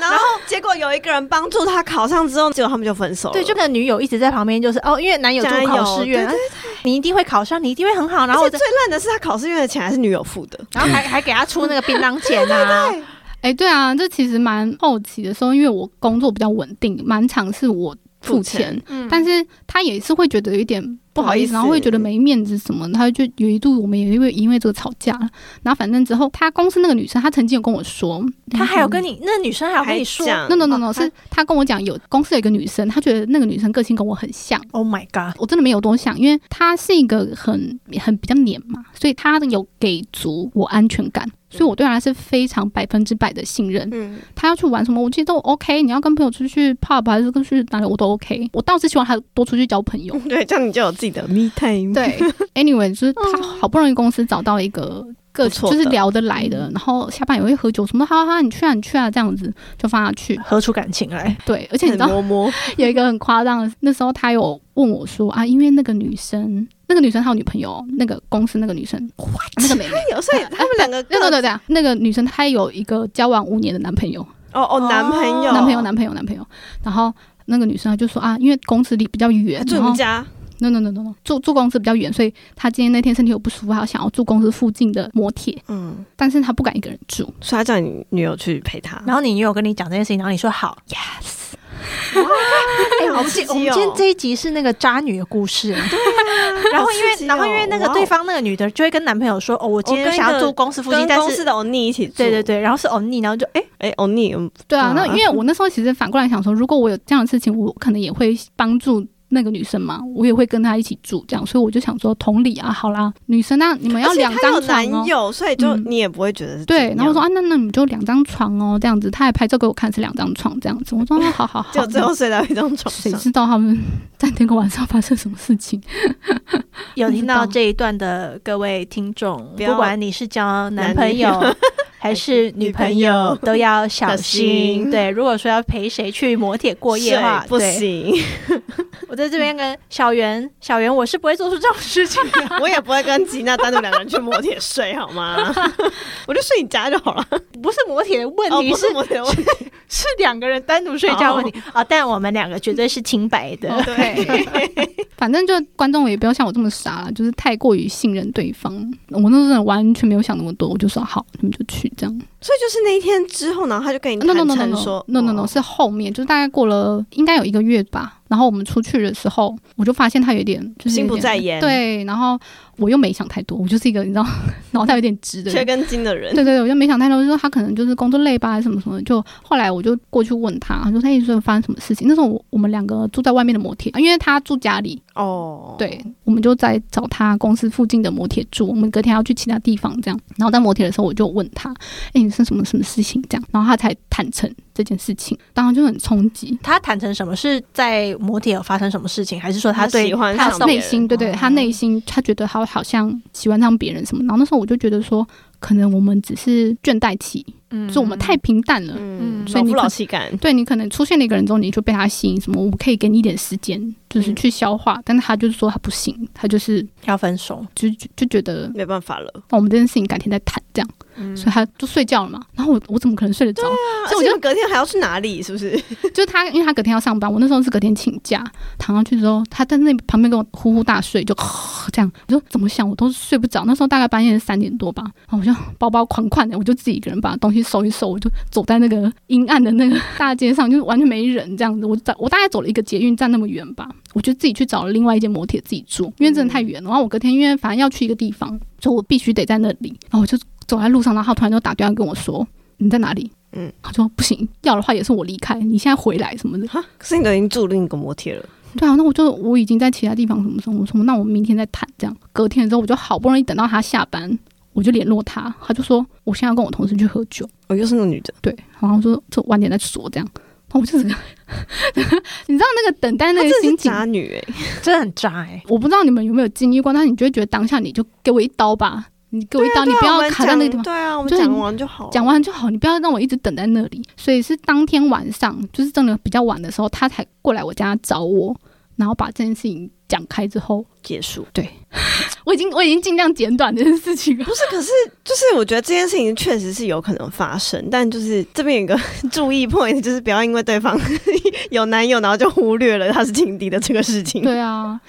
Speaker 2: 然后结果有一个人帮助他考上之后，结果他们就分手了。
Speaker 3: 对，就跟女友一直在旁边，就是哦，因为男友做
Speaker 2: 加油
Speaker 3: 考试院，
Speaker 2: 对对
Speaker 3: 你一定会考上，你一定会很好，然
Speaker 2: 然
Speaker 3: 后
Speaker 2: 后
Speaker 3: 我
Speaker 2: 最
Speaker 3: 再
Speaker 2: 烂的是他考试院的钱还是女友付的，
Speaker 3: 然后还还给他出那个槟榔钱啊，
Speaker 1: 哎、对啊，这其实蛮好奇的时候，因为我工作比较稳定，蛮常是我付
Speaker 2: 付钱
Speaker 1: 钱，
Speaker 3: 嗯
Speaker 1: 但是他也是会觉得有一点不好意思，嗯
Speaker 2: 不好意思
Speaker 1: 然后会觉得没面子什么的，他就有一度我们也因为因为这个吵架了。然后反正之后，他公司那个女生，她曾经有跟我说，
Speaker 3: 他还有跟你那女生还有跟你说
Speaker 2: 还讲
Speaker 1: ，no no no
Speaker 3: 哦
Speaker 1: no，
Speaker 3: 她
Speaker 1: 是嗯她跟我讲有公司有一个女生，她觉得那个女生个性跟我很像。
Speaker 3: ，Oh my god，
Speaker 1: 我真的没有多想，因为她是一个很很比较黏嘛，所以她有给足我安全感，所以我对她是非常百分之百的信任。
Speaker 2: 嗯，
Speaker 1: 他要去玩什么，我其实都 OK。你要跟朋友出去 pub 还是跟去哪里，我都 OK。我倒是希望他多出去交朋 友。
Speaker 2: 对，这样你就有自己的 me time。
Speaker 1: 对，anyway，就是他好不容易公司找到一个个
Speaker 2: 嗯不错
Speaker 1: 就
Speaker 2: 的嗯
Speaker 1: 是聊得来的，然后下班也会喝酒，什么好好好，你去啊，你去啊，这样子就放他 去。
Speaker 3: 合出感情来，
Speaker 1: 对，而且你知
Speaker 2: 很
Speaker 1: 道
Speaker 2: 摸摸，
Speaker 1: 有一个很夸张的，那时候他有问我说啊，因为那个女生，那个女生她有女朋友，那个公司那个女生，那 个妹妹，
Speaker 2: 有所以他们两个
Speaker 1: 对
Speaker 2: 各
Speaker 1: 对对对，那个女生她有一个交往五年的男朋友。
Speaker 2: 哦哦，男朋友
Speaker 1: 男朋友，男朋友，男朋友。然后那个女生她就说啊，因为公司离比较远，
Speaker 2: 啊住你
Speaker 1: 然后
Speaker 2: 们家
Speaker 1: no no no no no，住住公司比较远，所以她今天那天身体有不舒服，她想要住公司附近的摩铁，
Speaker 2: 嗯，
Speaker 1: 但是她不敢一个人住。
Speaker 2: 所以他叫你女友去陪他，
Speaker 3: 然后你女友跟你讲这件事情，然后你说好，
Speaker 1: Yes，
Speaker 3: 哎，我
Speaker 2: 好
Speaker 3: 们
Speaker 2: 刺
Speaker 3: 今
Speaker 2: 激
Speaker 3: 我们今
Speaker 2: 哦
Speaker 3: 天这一集是那个渣女的故事， 然后因
Speaker 2: 好刺
Speaker 3: 为
Speaker 2: 激哦
Speaker 3: 然后因为那个
Speaker 2: 哇哦
Speaker 3: 对方那个女的就会跟男朋友说，哦，我今
Speaker 2: 我
Speaker 3: 天
Speaker 2: 跟一
Speaker 3: 想要
Speaker 2: 个
Speaker 3: 住公司附近，
Speaker 2: 跟
Speaker 3: 但
Speaker 2: 公司
Speaker 3: 是
Speaker 2: 的欧尼一起住，
Speaker 3: 对对，对，然后是欧尼，然后就哎，
Speaker 2: 哎，欧尼，嗯
Speaker 1: 对啊，那
Speaker 2: 对啊
Speaker 1: 因为我那时候其实反过来想说，如果我有这样的事情，我可能也会帮助。那个女生嘛，我也会跟她一起住，这样，所以我就想说，同理啊，好啦，女生那你们要
Speaker 2: 而且
Speaker 1: 两
Speaker 2: 他有
Speaker 1: 张床哦
Speaker 2: 男，友，所以就
Speaker 1: 嗯
Speaker 2: 你也不会觉得是怎
Speaker 1: 对，
Speaker 2: 样
Speaker 1: 然后我说啊，那那你们就两张床哦，这样子，她还拍照给我看是两张床这样子，我说啊好好好，
Speaker 2: 就最后睡到一张床
Speaker 1: 谁
Speaker 2: 上，
Speaker 1: 知道他们在那个晚上发生什么事情？
Speaker 3: 有
Speaker 1: 不知
Speaker 3: 听到
Speaker 1: 道
Speaker 3: 这一段的各位听众，
Speaker 2: 嗯不要
Speaker 3: 不管你是交男
Speaker 2: 男
Speaker 3: 朋
Speaker 2: 女
Speaker 3: 友还是女朋友，都要小
Speaker 2: 小
Speaker 3: 心。
Speaker 2: 心
Speaker 3: 对，如果说要陪谁去摩铁过夜的话
Speaker 2: 睡，不
Speaker 3: 对，
Speaker 2: 行，
Speaker 3: 我在这边跟小圆，小圆，我是不会做出这种事情 的。
Speaker 2: 我也不会跟吉娜单独两个人去摩铁睡，好 吗？我就睡你家就好了。
Speaker 3: 不是摩铁的问
Speaker 2: 哦，
Speaker 3: 题，
Speaker 2: 不
Speaker 3: 是
Speaker 2: 是哦摩铁，我
Speaker 3: 是两个人单独睡觉的问题啊、但我们两个绝对是清白的。
Speaker 1: 哦
Speaker 2: 哦
Speaker 1: 对， 反正就观众也不要像我这么傻啦，就是太过于信任对方。我那时候真的完全没有想那么多，我就说好，你们就去这样。
Speaker 2: 所以就是那一天之后，然后他就 跟你
Speaker 1: No
Speaker 2: 坦
Speaker 1: no no no
Speaker 2: 诚说嗯
Speaker 1: no no no no，是后面，就是大概过了应该有一个月吧。然后我们出去的时候，我就发现他有点就是有
Speaker 2: 心不
Speaker 1: 点
Speaker 2: 在焉
Speaker 1: 对，然后我又没想太多，我就是一个你知道 脑袋有点直的人
Speaker 2: 缺，根筋的人，
Speaker 1: 对对对，我就没想太多，就说他可能就是工作累吧，还是什么什么的。就后来我就过去问他，就说他哎一直发生什么事情。那时候我我们两个住在外面的摩铁，因为他住家里，
Speaker 2: 哦，
Speaker 1: 对，我们就在找他公司附近的摩铁住。我们隔天要去其他地方这样。然后在摩铁的时候，我就问他，哎，你是什么什么事情这样？然后他才坦诚这件事情，当然就很冲击。
Speaker 3: 他坦诚什么是在摩铁有发生什么事情，还是说
Speaker 2: 他
Speaker 3: 对
Speaker 2: 喜欢
Speaker 3: 他
Speaker 2: 上
Speaker 3: 送
Speaker 2: 别
Speaker 1: 内
Speaker 2: 人
Speaker 1: 心，对对，他内心他觉得他好像喜欢上别人什么。然后那时候我就觉得说，可能我们只是倦怠期，
Speaker 3: 嗯
Speaker 1: 就我们太平淡了。
Speaker 2: 嗯，
Speaker 1: 所以
Speaker 2: 老
Speaker 1: 你
Speaker 2: 夫
Speaker 1: 可
Speaker 2: 老妻感，
Speaker 1: 对你可能出现了一个人之后，你就被他吸引，什么我可以给你一点时间，就是去消化。但是他就是说他不行，他就是
Speaker 3: 要分手。
Speaker 1: 就就就觉得、
Speaker 2: 没办法了。
Speaker 1: 哦我们这件事情改天再谈，这样，所以他就睡觉了嘛。然后我我怎么可能睡得着？
Speaker 2: 所
Speaker 1: 所以
Speaker 2: 以
Speaker 1: 啊我就
Speaker 2: 我觉得隔天还要去哪里，是不是？
Speaker 1: 就是他，因为他隔天要上班，我那时候是隔天请假，躺上去之后，他在那旁边跟我呼呼大睡，就 这样，我就怎么想我都睡不着。那时候大概半夜三点多吧，然后我就包包款款的，我就自己一个人把东西收一收，我就走在那个阴暗的那个大街上，就是完全没人这样子。我在我大概走了一个捷运站那么远吧，我就自己去找了另外一间摩铁自己住，因为真的太远了。然后我隔天因为反正要去一个地方，所以我必须得在那里。然后我就走在路上，然后他突然就打电话跟我说：“你在哪里？”
Speaker 2: 嗯，
Speaker 1: 他说不行，要的话也是我离开，你现在回来什么的。
Speaker 2: 哈，可是你都已经住另一个摩铁了，
Speaker 1: 对啊，那我就我已经在其他地方什么什么什么，那我们明天再谈这样。隔天之后，我就好不容易等到他下班，我就联络他，他就说我现在要跟我同事去喝酒，
Speaker 2: 哦，又是那个女的，
Speaker 1: 对，然后说这晚点再说这样。然后我就整个， 你知道那个等待那个
Speaker 2: 她啊真的
Speaker 1: 心
Speaker 2: 是
Speaker 1: 情，
Speaker 2: 渣女哎，
Speaker 3: 真的很渣哎、
Speaker 1: 我不知道你们有没有经历过，但是你就会觉得当下你就给我一刀吧，你给我一
Speaker 2: 啊
Speaker 1: 刀，你不要卡在那个地方。
Speaker 2: 对啊，我们
Speaker 1: 就是
Speaker 2: 讲
Speaker 1: 你
Speaker 2: 完就好了，
Speaker 1: 讲完就好，你不要让我一直等在那里。所以是当天晚上，就是真的比较晚的时候，他才过来我家找我，然后把这件事情讲开之后，
Speaker 2: 结束。
Speaker 1: 我已经我已经尽量简短这件事情了
Speaker 2: 不。是，可是就是我觉得这件事情确实是有可能发生，但就是这边有一个 注意 point，就是不要因为对方有男友，然嗯
Speaker 1: 啊
Speaker 2: 后就忽略了他是情敌的这个事情。
Speaker 1: 对啊，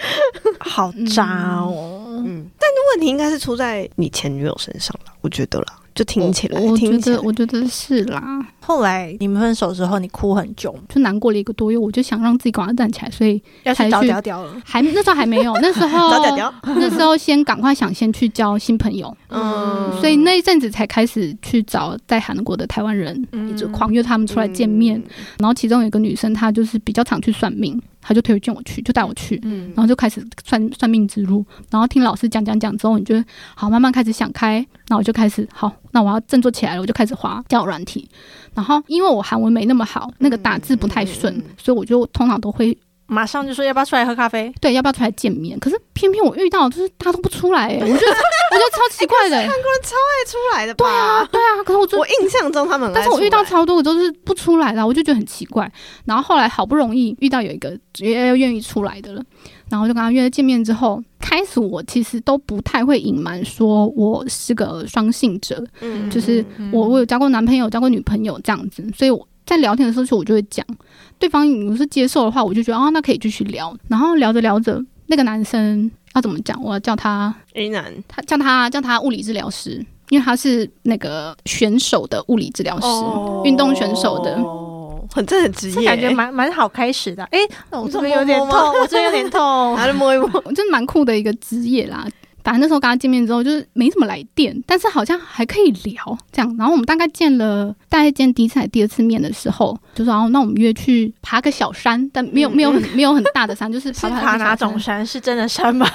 Speaker 3: 好渣哦！
Speaker 2: 嗯，但问题应该是出在你前女友身上了，我觉得啦，就听起来，
Speaker 1: 我我觉
Speaker 2: 听起来
Speaker 1: 得，我觉得是啦，
Speaker 3: 后来你们分手之后，你哭很久，
Speaker 1: 就难过了一个多月，我就想让自己赶快站起来，所以
Speaker 3: 要去
Speaker 1: 才
Speaker 3: 找
Speaker 1: 去
Speaker 3: 屌屌了。
Speaker 1: 还那时候还没有，那时 候
Speaker 2: 找屌屌，
Speaker 1: 那时候先赶快想先去交新朋友，
Speaker 2: 嗯，
Speaker 1: 所以那一阵子才开始去找在韩国的台湾人，
Speaker 3: 嗯
Speaker 1: 一直狂约他们出来见
Speaker 2: 嗯
Speaker 1: 面。然后其中有一个女生，她就是比较常去算命，她就推荐我去，就带我去。
Speaker 2: 嗯，
Speaker 1: 然后就开始算算命之路，然后听老师讲讲讲之后，你就会好慢慢开始想开，那我就开始好，那我要振作起来了，我就开始滑交友软体。然后因为我韩文没那么好，那个打字不太顺，
Speaker 2: 嗯嗯嗯
Speaker 1: 所以我就通常都会
Speaker 3: 马上就说要不要出来喝咖啡？
Speaker 1: 对要不要出来见面。可是偏偏我遇到就是大家都不出来、欸，我就 我就超奇怪的、欸
Speaker 2: 韩国人超爱出来的吧？对啊，
Speaker 1: 对啊，可是我就
Speaker 2: 我印象中他们很
Speaker 1: 但
Speaker 2: 爱
Speaker 1: 是
Speaker 2: 出来，
Speaker 1: 我遇到超多的都是不出来的啊，我就觉得很奇怪。然后后来好不容易遇到有一个愿愿意出来的了，然后就跟他约了见面之后，开始我其实都不太会隐瞒说我是个双性者，
Speaker 2: 嗯，
Speaker 1: 就是
Speaker 2: 嗯
Speaker 1: 我我有交过男朋友，交过女朋友这样子，所以我。在聊天的时候，就我就会讲，对方如果是接受的话，我就觉得啊，那可以继续聊。然后聊着聊着，那个男生要怎么讲？我要叫他，
Speaker 2: 云南
Speaker 1: 他叫他叫他物理治疗师，因为他是那个选手的物理治疗师。
Speaker 3: 哦
Speaker 1: 运动选手的
Speaker 2: 哦很这很职
Speaker 3: 这
Speaker 2: 业，
Speaker 3: 感觉蛮蛮好开始的。哎，那我
Speaker 2: 你
Speaker 3: 这
Speaker 2: 说
Speaker 3: 边有点
Speaker 2: 摸
Speaker 3: 痛，
Speaker 2: 摸吗
Speaker 3: 我这边有 点痛。
Speaker 2: 拿着摸一 摸，
Speaker 3: 哦
Speaker 1: 我真的蛮酷的一个职业啦。反正那时候跟他见面之后，就是没怎么来电，但是好像还可以聊这样。然后我们大概见了，大概见第一次还第二次面的时候，就说哦，那我们约去爬个小山，但没有没有很没有很大的山，就是
Speaker 3: 嗯是
Speaker 1: 爬
Speaker 3: 爬哪种
Speaker 1: 山？
Speaker 3: 山？是真的山吗？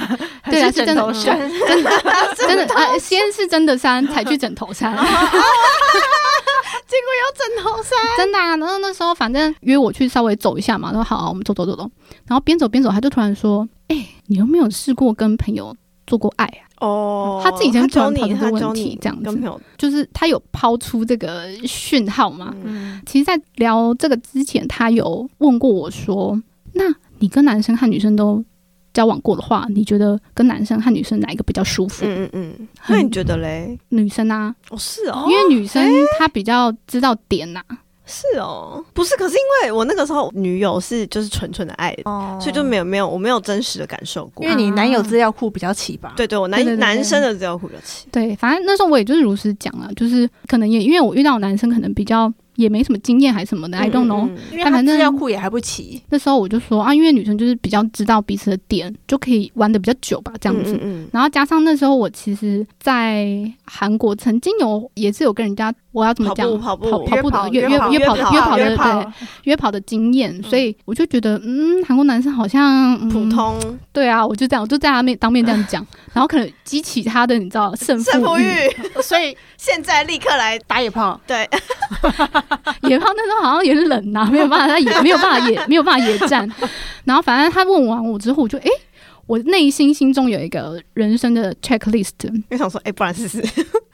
Speaker 3: 还
Speaker 1: 对啊
Speaker 3: 是
Speaker 1: 是
Speaker 3: 枕
Speaker 1: 真的
Speaker 3: 头山？
Speaker 2: 嗯
Speaker 1: 真的真的呃，先是真的山，才去枕头山。
Speaker 2: 哦 结果有枕头山，
Speaker 1: 真的啊。然后那时候反正约我去稍微走一下嘛，说好、我们走走走走。然后边走边走，他就突然说：“哎、你有没有试过跟朋友做过爱啊？”
Speaker 2: 哦
Speaker 1: 他自己先
Speaker 2: 他教
Speaker 1: 转
Speaker 2: 你，
Speaker 1: 盘
Speaker 2: 他
Speaker 1: 的问
Speaker 2: 教
Speaker 1: 题
Speaker 2: 你
Speaker 1: 这样子
Speaker 2: 跟朋友，
Speaker 1: 就是他有抛出这个讯号嘛。
Speaker 3: 嗯，
Speaker 1: 其实，在聊这个之前，他有问过我说：“那你跟男生和女生都交往过的话，你觉得跟男生和女生哪一个比较舒服？”
Speaker 2: 嗯嗯嗯，那你觉得嘞？
Speaker 1: 女生啊，
Speaker 2: 哦，是哦，
Speaker 1: 因为女生她比较知道点呐、
Speaker 2: 是哦，不是，可是因为我那个时候女友是就是纯纯的爱，
Speaker 3: 哦
Speaker 2: 所以就没有没有我没有真实的感受过
Speaker 3: 因。为你男友资料库比较齐吧？
Speaker 2: 对啊对，我男
Speaker 1: 对对对对
Speaker 2: 男生的资料库比较齐，
Speaker 1: 对，反正那时候我也就是如实讲了，就是可能也因为我遇到的男生可能比较也没什么经验还是什么的、i don't know、
Speaker 2: 嗯。嗯嗯
Speaker 3: 因
Speaker 1: 但
Speaker 3: 为他
Speaker 1: 反正
Speaker 3: 资料库也还不齐。
Speaker 1: 那时候我就说啊，因为女生就是比较知道彼此的点，就可以玩的比较久吧，这样子。
Speaker 2: 嗯嗯嗯
Speaker 1: 然后加上那时候我其实，在韩国曾经有也是有跟人家我要怎么
Speaker 2: 跑
Speaker 1: 讲啊
Speaker 2: 步跑步
Speaker 1: 跑
Speaker 2: 约
Speaker 1: 步
Speaker 3: 跑
Speaker 1: 的约
Speaker 3: 约
Speaker 1: 约
Speaker 3: 跑
Speaker 1: 约跑
Speaker 2: 约
Speaker 1: 的约跑
Speaker 2: 跑约
Speaker 1: 的对约跑的经验，所以我就觉得嗯，韩国男生好像、嗯、
Speaker 2: 普。通
Speaker 1: 对啊，我就这样，我就在他面当面这样 讲，然后可能激起他的你知道胜
Speaker 2: 胜
Speaker 1: 负
Speaker 2: 负
Speaker 1: 欲，
Speaker 2: 欲，
Speaker 3: 所以
Speaker 2: 现在立刻来
Speaker 3: 打野炮，
Speaker 2: 对，
Speaker 1: 嗯野炮那时候好像有点冷呐、没有办法，他 也没有办法野没有办法野战。然后反正他问完我之后，我就诶，我内心心中有一个人生的 checklist，
Speaker 2: 我想说，哎，不然试试，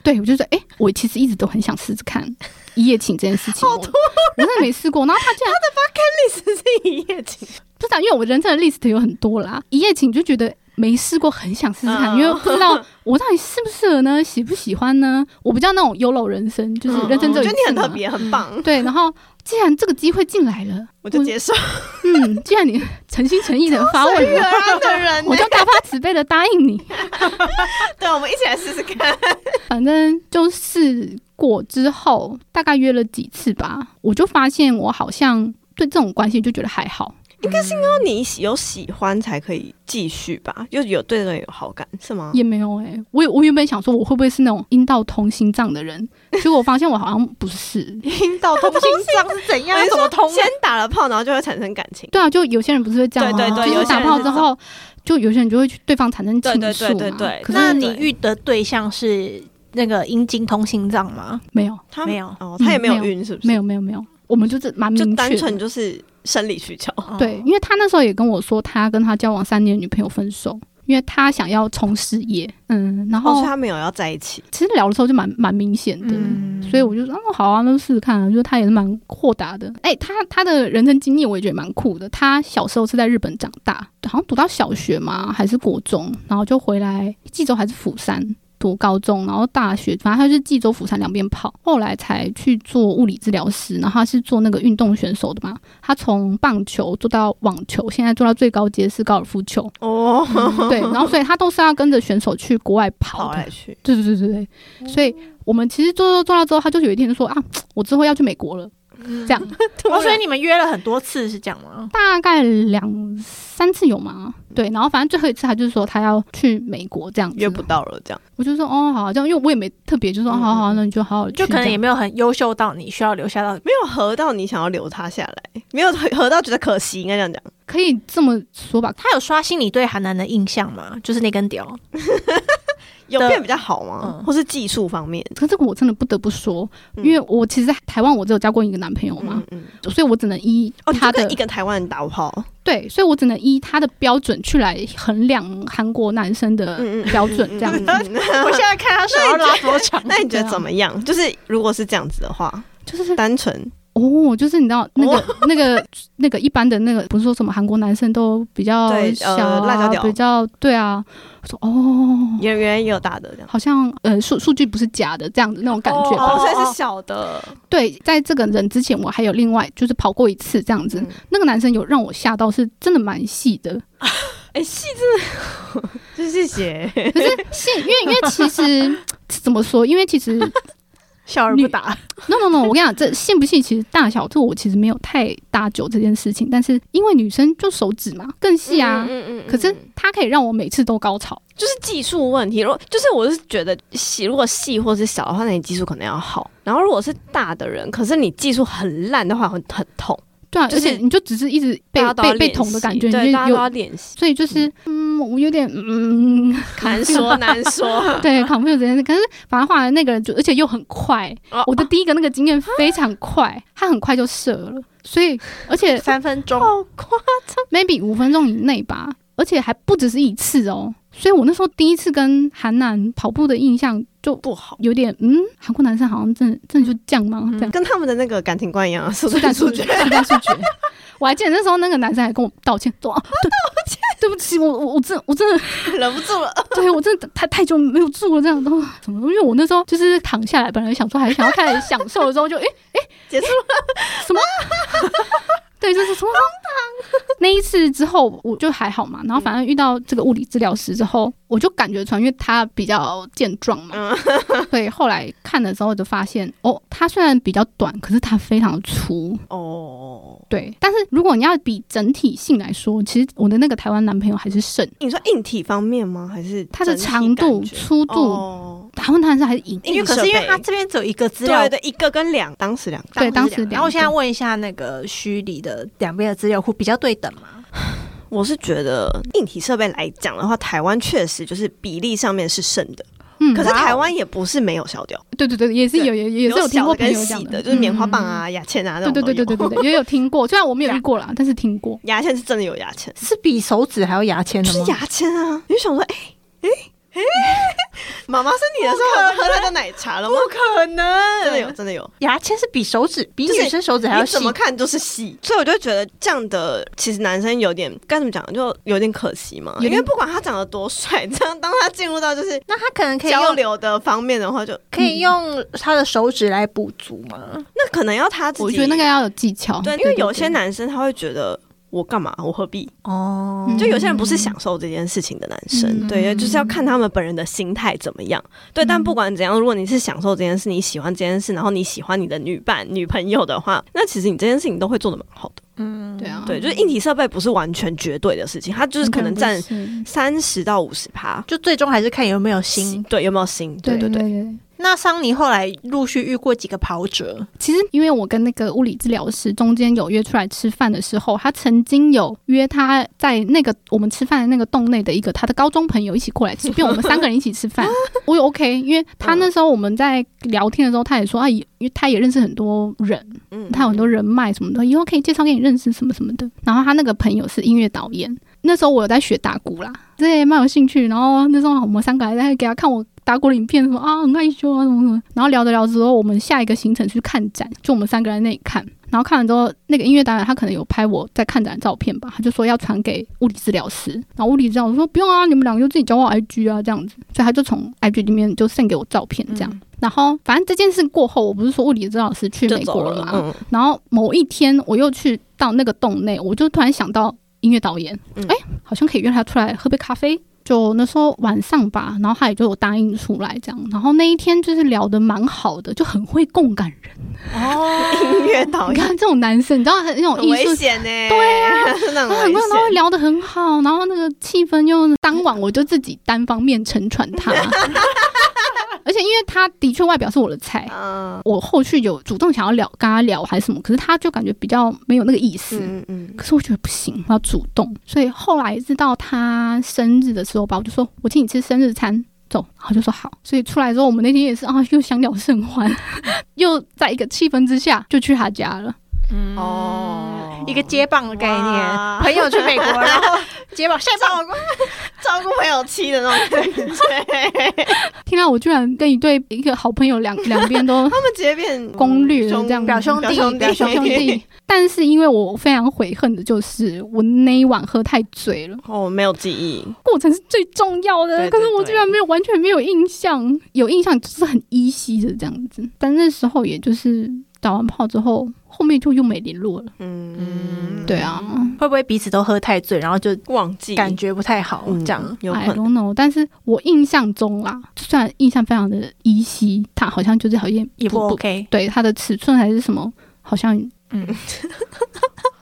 Speaker 1: 对，我就说，哎、我其实一直都很想试试 看一夜情这件事情，我我真的没试过。然后他竟然
Speaker 2: 历史是一夜情，
Speaker 1: 不知道，因为我人生的 list 有很多啦，一夜情就觉得没试过，很想试试看，
Speaker 2: 嗯
Speaker 1: 因为不知道我到底适不适合呢，喜不喜欢呢？我比较那种 YOLO 人生，就是人生
Speaker 2: 嗯我
Speaker 1: 只有一
Speaker 2: 觉得你
Speaker 1: 次
Speaker 2: 很特
Speaker 1: 嘛。
Speaker 2: 别，很棒，
Speaker 1: 对，然后既然这个机会进来了，
Speaker 2: 我就接受。
Speaker 1: 嗯，既然你 诚心诚意的发 问
Speaker 2: 越
Speaker 1: 我，
Speaker 2: 安的人欸
Speaker 1: 我
Speaker 2: 呢，
Speaker 1: 就大发慈悲的答应你。
Speaker 2: 对，我们一起来试试看。
Speaker 1: 反正就试过之后，大概约了几次吧，我就发现我好像对这种关系就觉得还好。
Speaker 2: 应该是因为你有喜欢才可以继续吧，就有对这个人有好感是吗？
Speaker 1: 也没有诶、欸我也我原本想说我会不会是那种阴道通心脏的 人，结果我发现我好像不是。
Speaker 3: 阴道通心脏是怎样
Speaker 2: 我？是
Speaker 3: 怎么通啊？
Speaker 2: 先打了炮，然后就会产生感情。
Speaker 1: 对啊，就有些人不是会这样吗？
Speaker 2: 对
Speaker 3: 对对
Speaker 1: 就
Speaker 3: 有
Speaker 1: 是
Speaker 3: 些人
Speaker 1: 打
Speaker 3: 是
Speaker 1: 炮之后，就有些人就会去对方产生情愫嘛。
Speaker 2: 对对对对对
Speaker 1: 可
Speaker 3: 那
Speaker 1: 是
Speaker 3: 你遇的对象是那个阴茎通心脏吗？
Speaker 1: 没有
Speaker 2: 他
Speaker 3: 没有
Speaker 2: 哦，他也没
Speaker 1: 嗯
Speaker 2: 有
Speaker 1: 没有
Speaker 2: 晕，是不是？
Speaker 1: 没有没有没有，我们就是蛮明
Speaker 2: 就
Speaker 1: 确的，
Speaker 2: 单纯哦就是生理需求。
Speaker 1: 对，因为他那时候也跟我说，他跟他交往三年的女朋友分手，因为他想要冲事业，嗯，然
Speaker 2: 哦，所
Speaker 1: 后
Speaker 2: 以他没有要在一起。
Speaker 1: 其实聊的时候就蛮蛮明显的，
Speaker 3: 嗯
Speaker 1: 所以我就说哦好啊，那就试试看啊，就是他也是蛮豁达的，哎、他他的人生经历我也觉得蛮酷的，他小时候是在日本长大，好像读到小学嘛还是国中，然后就回来济州还是釜山。读高中，然后大学，反正他就是济州、釜山两边跑，后来才去做物理治疗师，然后他是做那个运动选手的嘛，他从棒球做到网球，现在做到最高阶是高尔夫球，
Speaker 2: 哦，
Speaker 1: 对，然后所以他都是要跟着选手去国外跑
Speaker 2: 跑
Speaker 1: 的
Speaker 2: 来，去，
Speaker 1: 对对对对对，所以我们其实做做做到之后，他就有一天就说啊，我之后要去美国了，
Speaker 2: 嗯
Speaker 1: 这样
Speaker 3: 哦，所以你们约了很多次是这样吗？
Speaker 1: 大概两三次有吗？对，然后反正最后一次他就是说他要去美国这样子，
Speaker 2: 约不到了这样。
Speaker 1: 我就说哦好、这样因为我也没特别就说、哦
Speaker 2: 嗯
Speaker 1: 好好，那你就好好去
Speaker 3: 就可能
Speaker 1: 这样
Speaker 3: 也没有很优秀到你需要留下到
Speaker 2: 没有合到你想要留他下来，没有合到觉得可惜，应该这样讲。
Speaker 1: 可以这么说吧。
Speaker 3: 他有刷新你对韩南的印象吗？就是那根屌，
Speaker 2: 有
Speaker 3: 的
Speaker 2: 变比较好吗？
Speaker 3: 嗯
Speaker 2: 或是技术方面？
Speaker 1: 可这个我真的不得不说，
Speaker 2: 嗯
Speaker 1: 因为我其实在台湾我只有交过一个男朋友嘛
Speaker 2: 嗯，嗯，
Speaker 1: 所以我只能依
Speaker 2: 哦，你就
Speaker 1: 他的、
Speaker 2: 跟一个台湾人打炮，
Speaker 1: 对，所以我只能依他的标准去来衡量韩国男生的
Speaker 2: 嗯嗯
Speaker 1: 标准这样子。
Speaker 2: 嗯。
Speaker 3: 我现在看他手要拉多长
Speaker 2: 那你觉得怎么样？就是如果是这样子的话，
Speaker 1: 就是
Speaker 2: 单纯
Speaker 1: 哦，就是你知道那个、 那个那个一般的那个，不是说什么韩国男生都比较
Speaker 2: 对呃
Speaker 1: 小、啊
Speaker 2: 辣椒屌
Speaker 1: 比较对啊。我说哦，
Speaker 2: 圆圆也有大的这样。
Speaker 1: 好像呃数数据不是假的这样子那种感觉吧。
Speaker 2: 哦，
Speaker 3: 哦
Speaker 2: 所以是小的，
Speaker 1: 对，在这个人之前，我还有另外就是跑过一次这样子，
Speaker 2: 嗯
Speaker 1: 那个男生有让我吓到，是真的蛮细 的。
Speaker 2: 哎，细致，谢谢。
Speaker 1: 细，因为因为其实怎么说？因为其实
Speaker 3: 笑而不答，
Speaker 1: no no no，我跟你讲，这信不信其实大小，这我其实没有太搭酒这件事情，但是因为女生就手指嘛更细啊，
Speaker 2: 嗯嗯
Speaker 1: 可是它可以让我每次都高潮。
Speaker 2: 就是技术问题，如果就是我是觉得细，如果细或是小的话，那你技术可能要好。然后如果是大的人，可是你技术很烂的话，会很痛，
Speaker 1: 对啊，
Speaker 2: 就
Speaker 1: 而
Speaker 2: 是
Speaker 1: 且你就只是一直被
Speaker 2: 大家都要
Speaker 1: 被被
Speaker 2: 练习
Speaker 1: 捅的感觉，
Speaker 2: 对，
Speaker 1: 你就
Speaker 2: 大家都要
Speaker 1: 有，
Speaker 2: 练习，
Speaker 1: 所以就是嗯，我有点嗯，
Speaker 2: 难说难说。
Speaker 1: 对 confuse 这件事。可是反正后来那个人就，而且又很快，
Speaker 2: 哦
Speaker 1: 我的第一个那个经验非常快，他很快就射了，所以而 且
Speaker 3: 三分钟
Speaker 2: 好快，
Speaker 1: maybe 五分钟以内吧，而且还不只是一次哦。所以我那时候第一次跟韩南跑步的印象就
Speaker 2: 不好，
Speaker 1: 有点，嗯，韩国男生好像真的真的就这样吗？这样
Speaker 2: 跟他们的那个感情观一样啊，速
Speaker 1: 速
Speaker 2: 战速决。
Speaker 1: 速战速决。 我还记得那时候那个男生还跟我道歉，说、啊、对对不起，我我我真我真的
Speaker 2: 忍 不住了，
Speaker 1: 对我真的太太久没有做了这样的话，怎么？因为我那时候就是躺下来，本来想说还想要开始享受的时候就，诶
Speaker 2: 结束了。
Speaker 1: 对，就是从那一次之后，我就还好嘛。然后反正遇到这个物理治疗师之后，我就感觉出来，因为他比较健壮嘛，
Speaker 2: 嗯
Speaker 1: 所以后来看的时候就发现，哦，他虽然比较短，可是他非常粗。
Speaker 2: 哦，
Speaker 1: 对，但是如果你要比整体性来说，其实我的那个台湾男朋友还是胜，
Speaker 2: 你说硬体方面吗？还是
Speaker 1: 他的
Speaker 2: 整体
Speaker 1: 长度、
Speaker 2: 感觉
Speaker 1: 粗度，
Speaker 2: 哦，
Speaker 1: 台湾男生还是赢。
Speaker 3: 因为可是因为他这边只有一个资料
Speaker 2: 对对，一个跟两，当时两个，
Speaker 1: 对，当时
Speaker 3: 然后我
Speaker 1: 两
Speaker 3: 现在
Speaker 1: 个
Speaker 3: 问一下那个虚拟的两边的资料库比较对等吗？
Speaker 2: 我是觉得硬体设备来讲的话，台湾确实就是比例上面是胜的，
Speaker 1: 嗯，
Speaker 2: 可是
Speaker 3: 哇哦
Speaker 2: 台湾也不是没有小屌，
Speaker 1: 对对对，也是有也也是有听
Speaker 2: 小
Speaker 1: 过
Speaker 2: 的
Speaker 1: 朋
Speaker 2: 跟
Speaker 1: 友讲
Speaker 2: 细的，就是棉花棒。
Speaker 1: 嗯嗯嗯
Speaker 2: 啊、牙签啊那
Speaker 1: 对
Speaker 2: 种
Speaker 1: 对
Speaker 2: 都有。
Speaker 1: 对对对对对，也有听过，虽然我没有
Speaker 2: 啊
Speaker 1: 遇过啦，但是听过。
Speaker 2: 牙签是真的有牙签，
Speaker 3: 是比手指还要牙签
Speaker 2: 就
Speaker 3: 的
Speaker 2: 是
Speaker 3: 吗？
Speaker 2: 牙签啊！你就想说，哎哎哎，妈妈生你的时候喝那个奶茶了吗？
Speaker 3: 不可能，
Speaker 2: 真的有，真的有。
Speaker 3: 牙签是比手指比
Speaker 2: 就是
Speaker 3: 女生手指还要
Speaker 2: 你
Speaker 3: 细
Speaker 2: 怎。么看都是细，所以我就觉得这样的其实男生有点该怎么讲，就有点可惜嘛。
Speaker 1: 有
Speaker 2: 因
Speaker 1: 点
Speaker 2: 为不管他长得多帅，这样当他进入到就是
Speaker 3: 那他可能可以
Speaker 2: 交
Speaker 3: 用
Speaker 2: 流嗯的方面的话就，
Speaker 3: 可以用他的手指来补足吗？
Speaker 2: 那可能要他自己。
Speaker 1: 我觉得那个要有技巧，
Speaker 2: 对，因为有些男生他会觉得我干嘛，我何必？
Speaker 3: 哦
Speaker 1: 嗯
Speaker 2: 就有些人不是享受这件事情的男生，
Speaker 1: 嗯
Speaker 2: 对，就是要看他们本人的心态怎么样。对，但不管怎样，如果你是享受这件事，你喜欢这件事，然后你喜欢你的女伴、女朋友的话，那其实你这件事情都会做的蛮好的。
Speaker 3: 嗯
Speaker 1: 对啊，
Speaker 2: 对，就是硬体设备不是完全绝对的事情，它就是可能占
Speaker 1: 心，
Speaker 2: 三十到五十趴。
Speaker 3: 就最终还是看有没有心。
Speaker 2: 对，有没有心？对对
Speaker 1: 对
Speaker 2: 对，
Speaker 1: 对。
Speaker 3: 那桑尼后来陆续遇过几个跑者，
Speaker 1: 其实，因为我跟那个物理治疗师中间有约出来吃饭的时候，他曾经有约他在那个我们吃饭的那个洞内的一个他的高中朋友一起过来吃，变我们三个人一起吃饭，我也 OK，因为他那时候我们在聊天的时候，他也说他也因为他也认识很多人，
Speaker 2: 嗯
Speaker 1: 他有很多人脉什么的，以后可以介绍给你认识什么什么的。然后他那个朋友是音乐导演，那时候我有在学打鼓啦，这也蛮有兴趣。然后那时候我们三个还在给他看我打过影片，什么啊很害羞啊什么什么。然后聊着聊着之后，我们下一个行程去看展，就我们三个人在那里看。然后看完之后，那个音乐导演他可能有拍我在看展的照片吧，他就说要传给物理治疗师。然后物理治疗师说不用啊，你们两个就自己交换 IG 啊这样子，所以他就从 IG 里面就送给我照片这样。
Speaker 3: 嗯
Speaker 1: 然后反正这件事过后，我不是说物理治疗师去
Speaker 2: 就
Speaker 1: 美
Speaker 2: 走
Speaker 1: 国
Speaker 2: 了
Speaker 1: 嘛，，
Speaker 2: 嗯，
Speaker 1: 然后某一天我又去到那个洞内，我就突然想到音乐导演，哎、
Speaker 2: 嗯
Speaker 1: 好像可以约他出来喝杯咖啡。就那时候晚上吧，然后他也就有答应出来这样，然后那一天就是聊得蛮好的，就很会共感人。
Speaker 3: 哦，
Speaker 2: 嗯音乐导
Speaker 1: 你
Speaker 2: 演
Speaker 1: 看这种男生，你知道很那种
Speaker 2: 很
Speaker 1: 艺
Speaker 2: 危
Speaker 1: 术，
Speaker 2: 险呢、对啊，
Speaker 1: 他
Speaker 2: 那很
Speaker 1: 很
Speaker 2: 危
Speaker 1: 多人都会
Speaker 2: 险。
Speaker 1: 聊得很好，然后那个气氛又当晚我就自己单方面沉船 他，而且因为他的确外表是我的菜，
Speaker 2: 嗯
Speaker 1: 我后续有主动想要聊跟他聊还是什么，可是他就感觉比较没有那个意思，
Speaker 2: 嗯嗯，
Speaker 1: 可是我觉得不行，我要主动。所以后来直到他生日的时候吧，我就说我请你吃生日餐，走。然后就说好。所以出来之后，我们那天也是啊，又相聊甚欢， 又在一个气氛之下就去他家了。
Speaker 3: 嗯
Speaker 2: 哦
Speaker 3: 一个接棒的概念，
Speaker 2: 哇
Speaker 3: 朋友去美国，然 后接棒，下一棒
Speaker 2: 照顾照顾朋友妻的那种感觉，
Speaker 1: 听到我居然跟一对一个好朋友两两边 都
Speaker 2: 他们直接变
Speaker 1: 攻略
Speaker 2: 兄
Speaker 1: 这样
Speaker 3: 表嗯兄
Speaker 2: 表
Speaker 3: 弟，
Speaker 2: 兄弟
Speaker 3: 表
Speaker 1: 表兄
Speaker 3: 兄弟，
Speaker 1: 弟，但是因为我非常悔恨的就是我那一晚喝太醉了，
Speaker 2: 哦，没有记忆，
Speaker 1: 过程是最重要的，
Speaker 2: 对
Speaker 1: 可
Speaker 2: 对
Speaker 1: 是我
Speaker 2: 对
Speaker 1: 居然没有完全没有印象，有印象就是很依稀的这样子。但那时候也就是打完炮之后，后面就又没联络了。
Speaker 2: 嗯，
Speaker 1: 对啊
Speaker 3: 会不会彼此都喝太醉，然后就
Speaker 2: 忘记
Speaker 3: 感觉不太好
Speaker 2: 嗯
Speaker 3: 这样？
Speaker 2: 有可
Speaker 1: I
Speaker 2: 能
Speaker 1: don't know，但是我印象中啦，虽然印象非常的依稀，他好像就是好像
Speaker 3: 也不 OK，
Speaker 1: 对他的尺寸还是什么，好像
Speaker 3: 嗯，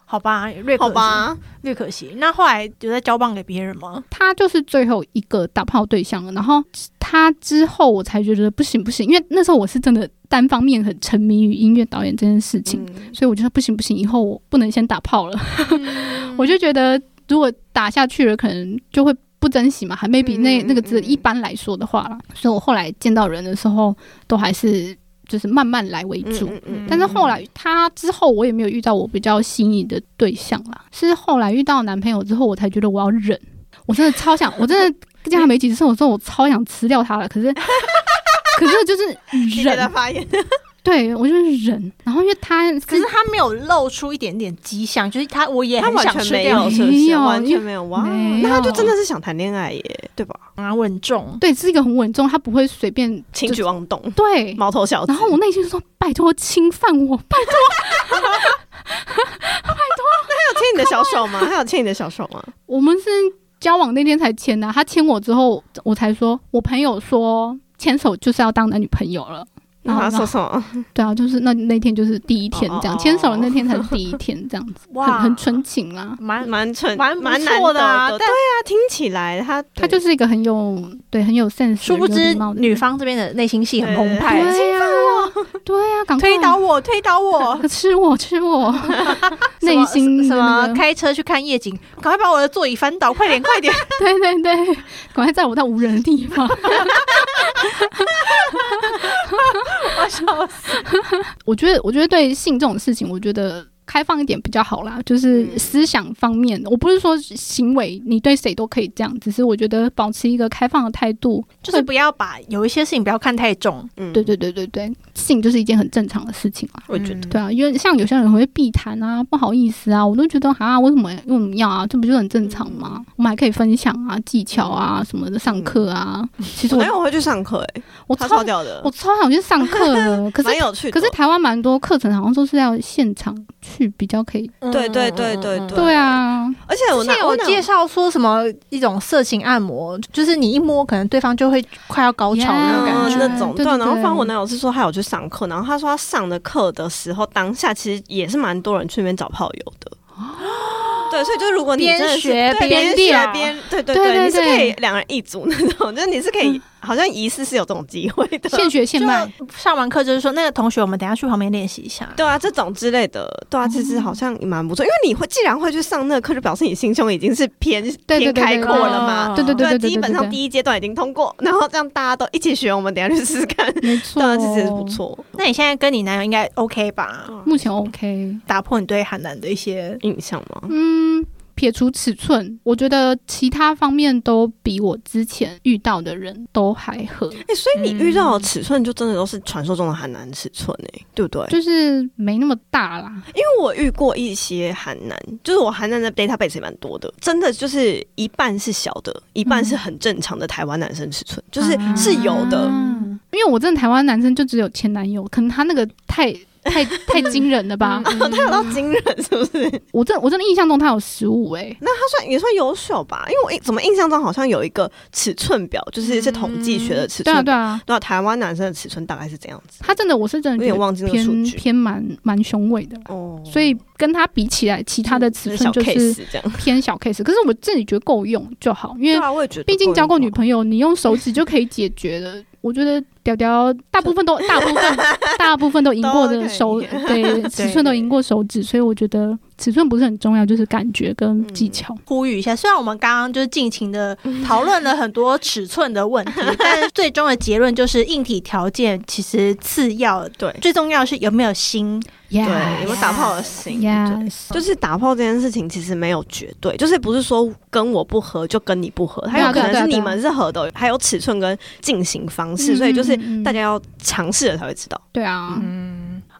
Speaker 3: 好吧，略可
Speaker 2: 好
Speaker 3: 惜，
Speaker 2: 吧，
Speaker 3: 略可惜。那后来有在交棒给别人吗？
Speaker 1: 他就是最后一个打炮对象了。然后他之后我才觉得不行不行，因为那时候我是真的单方面很沉迷于音乐导演这件事情，
Speaker 2: 嗯
Speaker 1: 所以我就说不行不行，以后我不能先打炮了。
Speaker 3: 嗯
Speaker 1: 我就觉得如果打下去了，可能就会不珍惜嘛，还没比那
Speaker 2: 嗯嗯
Speaker 1: 那个字
Speaker 2: 嗯
Speaker 1: 一般来说的话啦。所以我后来见到人的时候，都还是就是慢慢来为主。
Speaker 2: 嗯嗯
Speaker 1: 但是后来他之后，我也没有遇到我比较心仪的对象啦。是后来遇到男朋友之后，我才觉得我要忍。我真的超想，我真的见他没几次，我说我超想吃掉他了。可 是，可是就是
Speaker 2: 你给他
Speaker 1: 忍，
Speaker 2: 发言，
Speaker 1: 对我就是忍。然后因为他是
Speaker 3: 可是他没有露出一点点迹象，就是他我也
Speaker 2: 他
Speaker 3: 很
Speaker 2: 完
Speaker 3: 想
Speaker 2: 全
Speaker 3: 吃
Speaker 2: 没
Speaker 3: 掉
Speaker 2: 有，
Speaker 3: 你
Speaker 2: 是不
Speaker 1: 没
Speaker 2: 是？
Speaker 1: 有
Speaker 2: 完
Speaker 1: 因
Speaker 2: 全
Speaker 1: 为
Speaker 2: 没有哇，
Speaker 1: 没
Speaker 2: 那他就
Speaker 1: 有
Speaker 2: 真的是想谈恋爱耶，对吧？
Speaker 3: 啊，稳重。
Speaker 1: 对是一个很稳重，他不会随便
Speaker 2: 轻举妄动，
Speaker 1: 对
Speaker 2: 毛头小子。
Speaker 1: 然后我内心说：“拜托，侵犯我， 拜
Speaker 2: 他有牵你的小手吗？他有牵你的小手吗？
Speaker 1: 我们是交往那天才签的啊、他牵我之后，我才说，我朋友说牵手就是要当男女朋友了。然
Speaker 2: 然
Speaker 1: 后
Speaker 2: 后他
Speaker 1: 然后
Speaker 2: 说什么？
Speaker 1: 对啊，就是那那天就是第一天这样，
Speaker 2: 哦
Speaker 1: 牵手的那天 才是第一天这样子，很很纯情啊啦。
Speaker 3: 蛮
Speaker 2: 蛮蠢，
Speaker 3: 嗯蛮不
Speaker 2: 蛮难
Speaker 3: 错
Speaker 2: 得
Speaker 3: 的啊
Speaker 2: 的对
Speaker 3: 但
Speaker 2: 啊，听起来他
Speaker 1: 他就是一个很有对很有 sense，
Speaker 3: 殊不
Speaker 1: 有
Speaker 3: 知
Speaker 1: 礼貌的人
Speaker 3: 女方这边的内心戏很澎
Speaker 1: 对
Speaker 3: 湃，
Speaker 1: 呀、对啊呀、赶快
Speaker 3: 推倒我，推倒 我，
Speaker 1: 吃我吃 我，
Speaker 3: 什
Speaker 1: 内
Speaker 3: 么
Speaker 1: 心的
Speaker 3: 什
Speaker 1: 嗯那
Speaker 3: 么
Speaker 1: 个
Speaker 3: 开车去看夜景，赶快把我的座椅翻倒，快点快 点！
Speaker 1: 对对对，赶快载我到无人的地方。
Speaker 3: 我笑死。
Speaker 1: 我觉得，我觉得对性这种事情，我觉得开放一点比较好啦。就是
Speaker 2: 嗯
Speaker 1: 思想方面，我不是说行为，你对谁都可以这样，只是我觉得保持一个开放的态度。
Speaker 3: 就是不要把有一些事情不要看太重，
Speaker 2: 嗯
Speaker 1: 对对对对对，性就是一件很正常的事情啦。
Speaker 2: 我也觉得
Speaker 1: 对啊，因为像有些人会避谈啊，不好意思啊，我都觉得啊，为什么为什么要啊？这不就很正常
Speaker 2: 嗯
Speaker 1: 吗？我们还可以分享啊，技巧啊什么的，上课啊。 其实
Speaker 2: 我
Speaker 1: 我
Speaker 2: 没有，我会去上课哎，
Speaker 1: 我
Speaker 2: 嗯他
Speaker 1: 超
Speaker 2: 超屌的
Speaker 1: 我，超想去上课 的，可是
Speaker 2: 蛮有趣的。哦
Speaker 1: 可是台湾蛮多课程好像都是要现场去比较可以。
Speaker 2: 对对对
Speaker 3: 嗯
Speaker 2: 对对
Speaker 1: 对啊，
Speaker 2: 而且我
Speaker 3: 之前
Speaker 2: 哦那我
Speaker 3: 有
Speaker 2: 那
Speaker 3: 介绍说什么一种色情按摩，就是你一摸，可能对方就会快要高潮的那种感
Speaker 2: 嗯
Speaker 3: 觉。
Speaker 2: 那种
Speaker 1: 对
Speaker 2: 对，
Speaker 1: 对
Speaker 2: 然后
Speaker 1: 对
Speaker 2: 反正我男友是说他有去上课，然后他说他上的课的时候，当下其实也是蛮多人去那边找炮友的。对，所以就是如果你
Speaker 3: 边
Speaker 2: 真的是
Speaker 3: 学
Speaker 2: 对
Speaker 3: 边
Speaker 2: 边
Speaker 3: 钓
Speaker 2: 学边对对
Speaker 1: 对对
Speaker 2: 对，你是可以
Speaker 1: 对
Speaker 2: 两人一组那种，就是你是可以
Speaker 1: 嗯，
Speaker 2: 好像疑似是有这种机会的。
Speaker 1: 现学现卖。
Speaker 3: 上完课就是说，那个同学，我们等一下去旁边练习一下。
Speaker 2: 对啊，这种之类的，对啊，其
Speaker 3: 哦
Speaker 2: 实好像也蛮不错，因为你会既然会去上那个课，就表示你心胸已经是偏
Speaker 1: 对对
Speaker 2: 偏
Speaker 1: 对
Speaker 2: 开
Speaker 1: 对
Speaker 2: 阔了嘛。啊
Speaker 1: 对对对对对对对，
Speaker 2: 基本上
Speaker 1: 对
Speaker 2: 第一阶段已经通过，然后这样大家都一起学，我们等一下去试试看。
Speaker 1: 没错，
Speaker 2: 对啊，其实也是不。错。
Speaker 3: 那你现在跟你男友应该 OK 吧？
Speaker 1: 目前 OK，
Speaker 3: 打破你对韩男的一些
Speaker 2: 印象吗？
Speaker 1: 嗯，撇除尺寸，我觉得其他方面都比我之前遇到的人都还合，
Speaker 2: 哎、所以你遇到的尺寸就真的都是传说中的韩男尺寸哎、对不对？
Speaker 1: 就是没那么大啦。
Speaker 2: 因为我遇过一些韩男，就是我韩男的 database 也蛮多的，真的就是一半是小的，一半是很正常的台湾男生尺寸，就是
Speaker 3: 啊
Speaker 2: 是有的。
Speaker 1: 嗯因为我真的台湾男生就只有前男友，可能他那个太 太太惊人了 吧？
Speaker 2: 啊，他有到惊人是不是？
Speaker 1: 我真我真的印象中他有十五哎，
Speaker 2: 那他算也算优秀吧？因为我印怎么印象中好像有一个尺寸表，就是是统计学的尺
Speaker 1: 对
Speaker 2: 寸
Speaker 1: 啊对
Speaker 2: 表。
Speaker 1: 啊，
Speaker 2: 对啊台湾男生的尺寸大概是这样子。
Speaker 1: 他真的我是真的
Speaker 2: 有点
Speaker 1: 觉得
Speaker 2: 忘记那个数
Speaker 1: 偏
Speaker 2: 据
Speaker 1: 偏蛮蛮雄伟的啦，
Speaker 2: 哦
Speaker 1: 所以跟他比起来，其他的尺寸就
Speaker 2: 小
Speaker 1: 是
Speaker 2: case 这样。
Speaker 1: 偏小 case。可是我自己觉得够用就好，因
Speaker 2: 对
Speaker 1: 为
Speaker 2: 啊，我也觉得。
Speaker 1: 毕竟交过女朋友，你用手指就可以解决 的。我觉得屌屌大部分都大部分大部分都赢过
Speaker 2: 都可
Speaker 1: 的
Speaker 2: 以
Speaker 1: 手， 对尺寸都赢过手指，所以我觉得尺寸不是很重要，就是感觉跟技
Speaker 2: 嗯
Speaker 1: 巧。
Speaker 3: 呼吁一下，虽然我们刚刚就是尽情的讨论了很多尺寸的问题，但是最终的结论就是硬体条件其实次要，
Speaker 2: 对
Speaker 3: 最重要的是有没有心。
Speaker 2: 友
Speaker 1: Yeah，
Speaker 2: 对有没有打炮的心？对
Speaker 1: Yes，
Speaker 2: 就是打炮这件事情其实没有绝对，就是不是说跟我不合就跟你不合，它
Speaker 1: 对
Speaker 2: 有
Speaker 1: 啊
Speaker 2: 可
Speaker 1: 对啊
Speaker 2: 能是
Speaker 1: 对啊
Speaker 2: 你们是合的，还有尺寸跟进行方式，所以就是
Speaker 1: 嗯嗯嗯
Speaker 2: 大家嗯要尝试了才会知道。
Speaker 1: 对啊，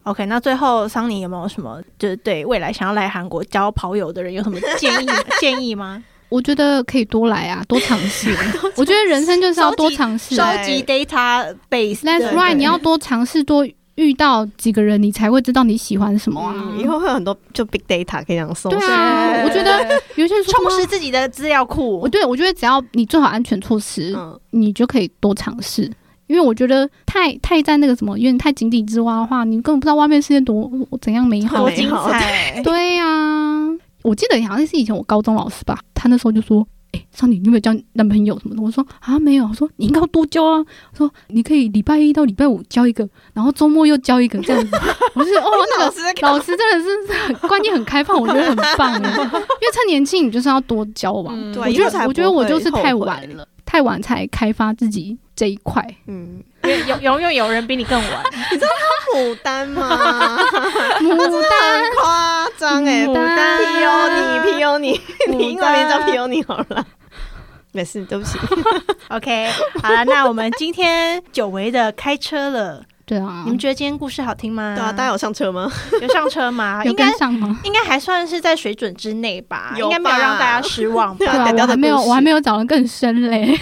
Speaker 3: OK，那最后桑尼有没有什么就是对未来想要来韩国交跑友的人有什么建议建议吗？
Speaker 1: 我觉得可以多来啊，多尝试。 我觉得人生就是要多尝试
Speaker 3: 收
Speaker 1: 啊。
Speaker 3: 集 data base。
Speaker 1: That's right，你要多尝试，多遇到几个人，你才会知道你喜欢什么啊。
Speaker 2: 嗯，以后会有很多就 big data 可以这样搜
Speaker 1: 对
Speaker 2: 索。
Speaker 1: 啊，我觉得有些人说
Speaker 3: 充实。自己的资料库
Speaker 1: 我。对我觉得只要你做好安全措施，
Speaker 2: 嗯，
Speaker 1: 你就可以多尝试。因为我觉得太太在那个什么，有点太井底之蛙的话，你根本不知道外面世界多怎样美好
Speaker 3: 多
Speaker 2: 多。
Speaker 3: 精
Speaker 2: 精
Speaker 3: 彩！
Speaker 1: 对呀、我记得好像是以前我高中老师吧，他那时候就说：“哎、少女，你有没有交男朋友什么的？”我说：“啊，没有。”我说：“你应该要多交啊。”说：“你可以礼拜一到礼拜五交一个，然后周末又交一个这样子。”我是哦，那个老师真的是 观念很开放，我觉得很棒欸耶。因为趁年轻，你就是要多交往。
Speaker 3: 嗯
Speaker 2: 对啊
Speaker 1: 我
Speaker 2: 以后
Speaker 1: 觉
Speaker 2: 才
Speaker 1: 得，我
Speaker 2: 不
Speaker 1: 觉得我
Speaker 2: 会
Speaker 1: 就是
Speaker 2: 后
Speaker 1: 太
Speaker 2: 悔
Speaker 1: 晚了，太晚才开发自己这一块。
Speaker 2: 嗯，
Speaker 3: 因为永永远有人比你更 晚。
Speaker 2: 牡丹吗？
Speaker 1: 牡丹，
Speaker 2: 很夸张哎，
Speaker 1: 牡丹啊
Speaker 2: P U 你 P U 你，你英文名叫 P U 你好了。没事，对不 起。
Speaker 3: OK，好了，那我们今天久违的开车了，
Speaker 1: 对啊
Speaker 3: 你，们觉得今天故事好听吗？
Speaker 2: 对啊，大家有上车吗？
Speaker 3: 有上车吗？
Speaker 1: 有
Speaker 3: 啊应该
Speaker 1: 跟上吗？
Speaker 3: 应该还算是在水准之内吧，
Speaker 2: 有
Speaker 3: 应该没有
Speaker 2: 吧
Speaker 3: 让大家失望
Speaker 2: 对
Speaker 1: 对
Speaker 2: 啊
Speaker 3: 吧。
Speaker 1: 啊，
Speaker 2: 屌屌
Speaker 1: 我
Speaker 2: 的
Speaker 1: 还没有，
Speaker 2: 故事
Speaker 1: 我还没有找人更深嘞。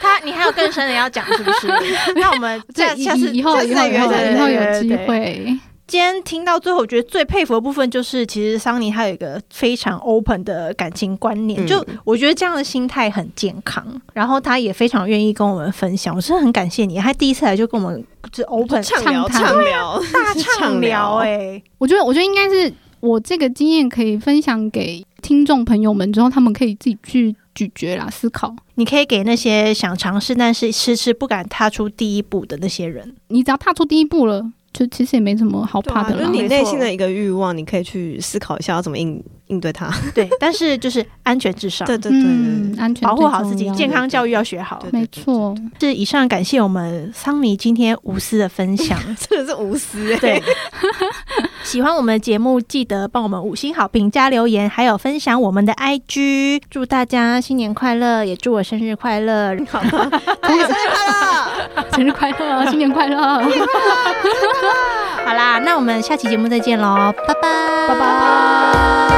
Speaker 3: 他，你还有更深的要讲是不 是？那我们
Speaker 1: 这
Speaker 3: 下
Speaker 1: 以
Speaker 3: 下次
Speaker 1: 以后
Speaker 2: 下次
Speaker 1: 以后
Speaker 2: 再
Speaker 1: 以
Speaker 2: 约
Speaker 1: 后
Speaker 2: 对
Speaker 1: 以后有
Speaker 3: 对
Speaker 1: 机
Speaker 3: 对
Speaker 1: 会，
Speaker 3: 今天听到最后，我觉得最佩服的部分就是，其实桑尼他有一个非常 open 的感情观念，
Speaker 2: 嗯
Speaker 3: 就我觉得这样的心态很健康，然后他也非常愿意跟我们分享，我真的很感谢你，他第一次来就跟我们就是
Speaker 1: 哦
Speaker 3: open
Speaker 2: 畅聊，
Speaker 1: 畅谈
Speaker 2: 畅聊，
Speaker 3: 大畅聊、哎，
Speaker 1: 我觉得我觉得应该是我这个经验可以分享给听众朋友们之后，他们可以自己去咀嚼啦，思考。
Speaker 3: 你可以给那些想尝试但是迟迟不敢踏出第一步的那些人，
Speaker 1: 你只要踏出第一步了，就其实也没什么好
Speaker 2: 对
Speaker 1: 怕
Speaker 2: 啊，
Speaker 1: 的
Speaker 2: 就是
Speaker 1: 啦。
Speaker 2: 你
Speaker 3: 没
Speaker 2: 内
Speaker 3: 错
Speaker 2: 心的一个欲望，你可以去思考一下要怎么应应对它。
Speaker 3: 对，啊但是就是安全至上，
Speaker 2: 对对对
Speaker 1: 嗯
Speaker 2: 对，对，
Speaker 1: 安全
Speaker 3: 保护
Speaker 1: 最
Speaker 3: 好
Speaker 1: 重
Speaker 3: 自己，
Speaker 1: 要
Speaker 3: 健康教育要学好
Speaker 2: 对。
Speaker 1: 没错。
Speaker 3: 是以上感谢我们桑尼今天无私的分 享。
Speaker 2: 真的是无私 哎。
Speaker 3: 对， 喜欢我们的节目，记得帮我们五星好评、加留言，还有分享我们的 IG。祝大家新年快乐，也祝我生日快乐。 好，
Speaker 1: 生日快乐，新年快乐，
Speaker 3: 好啦，那我们下期节目再见喽，拜拜，
Speaker 1: 拜拜。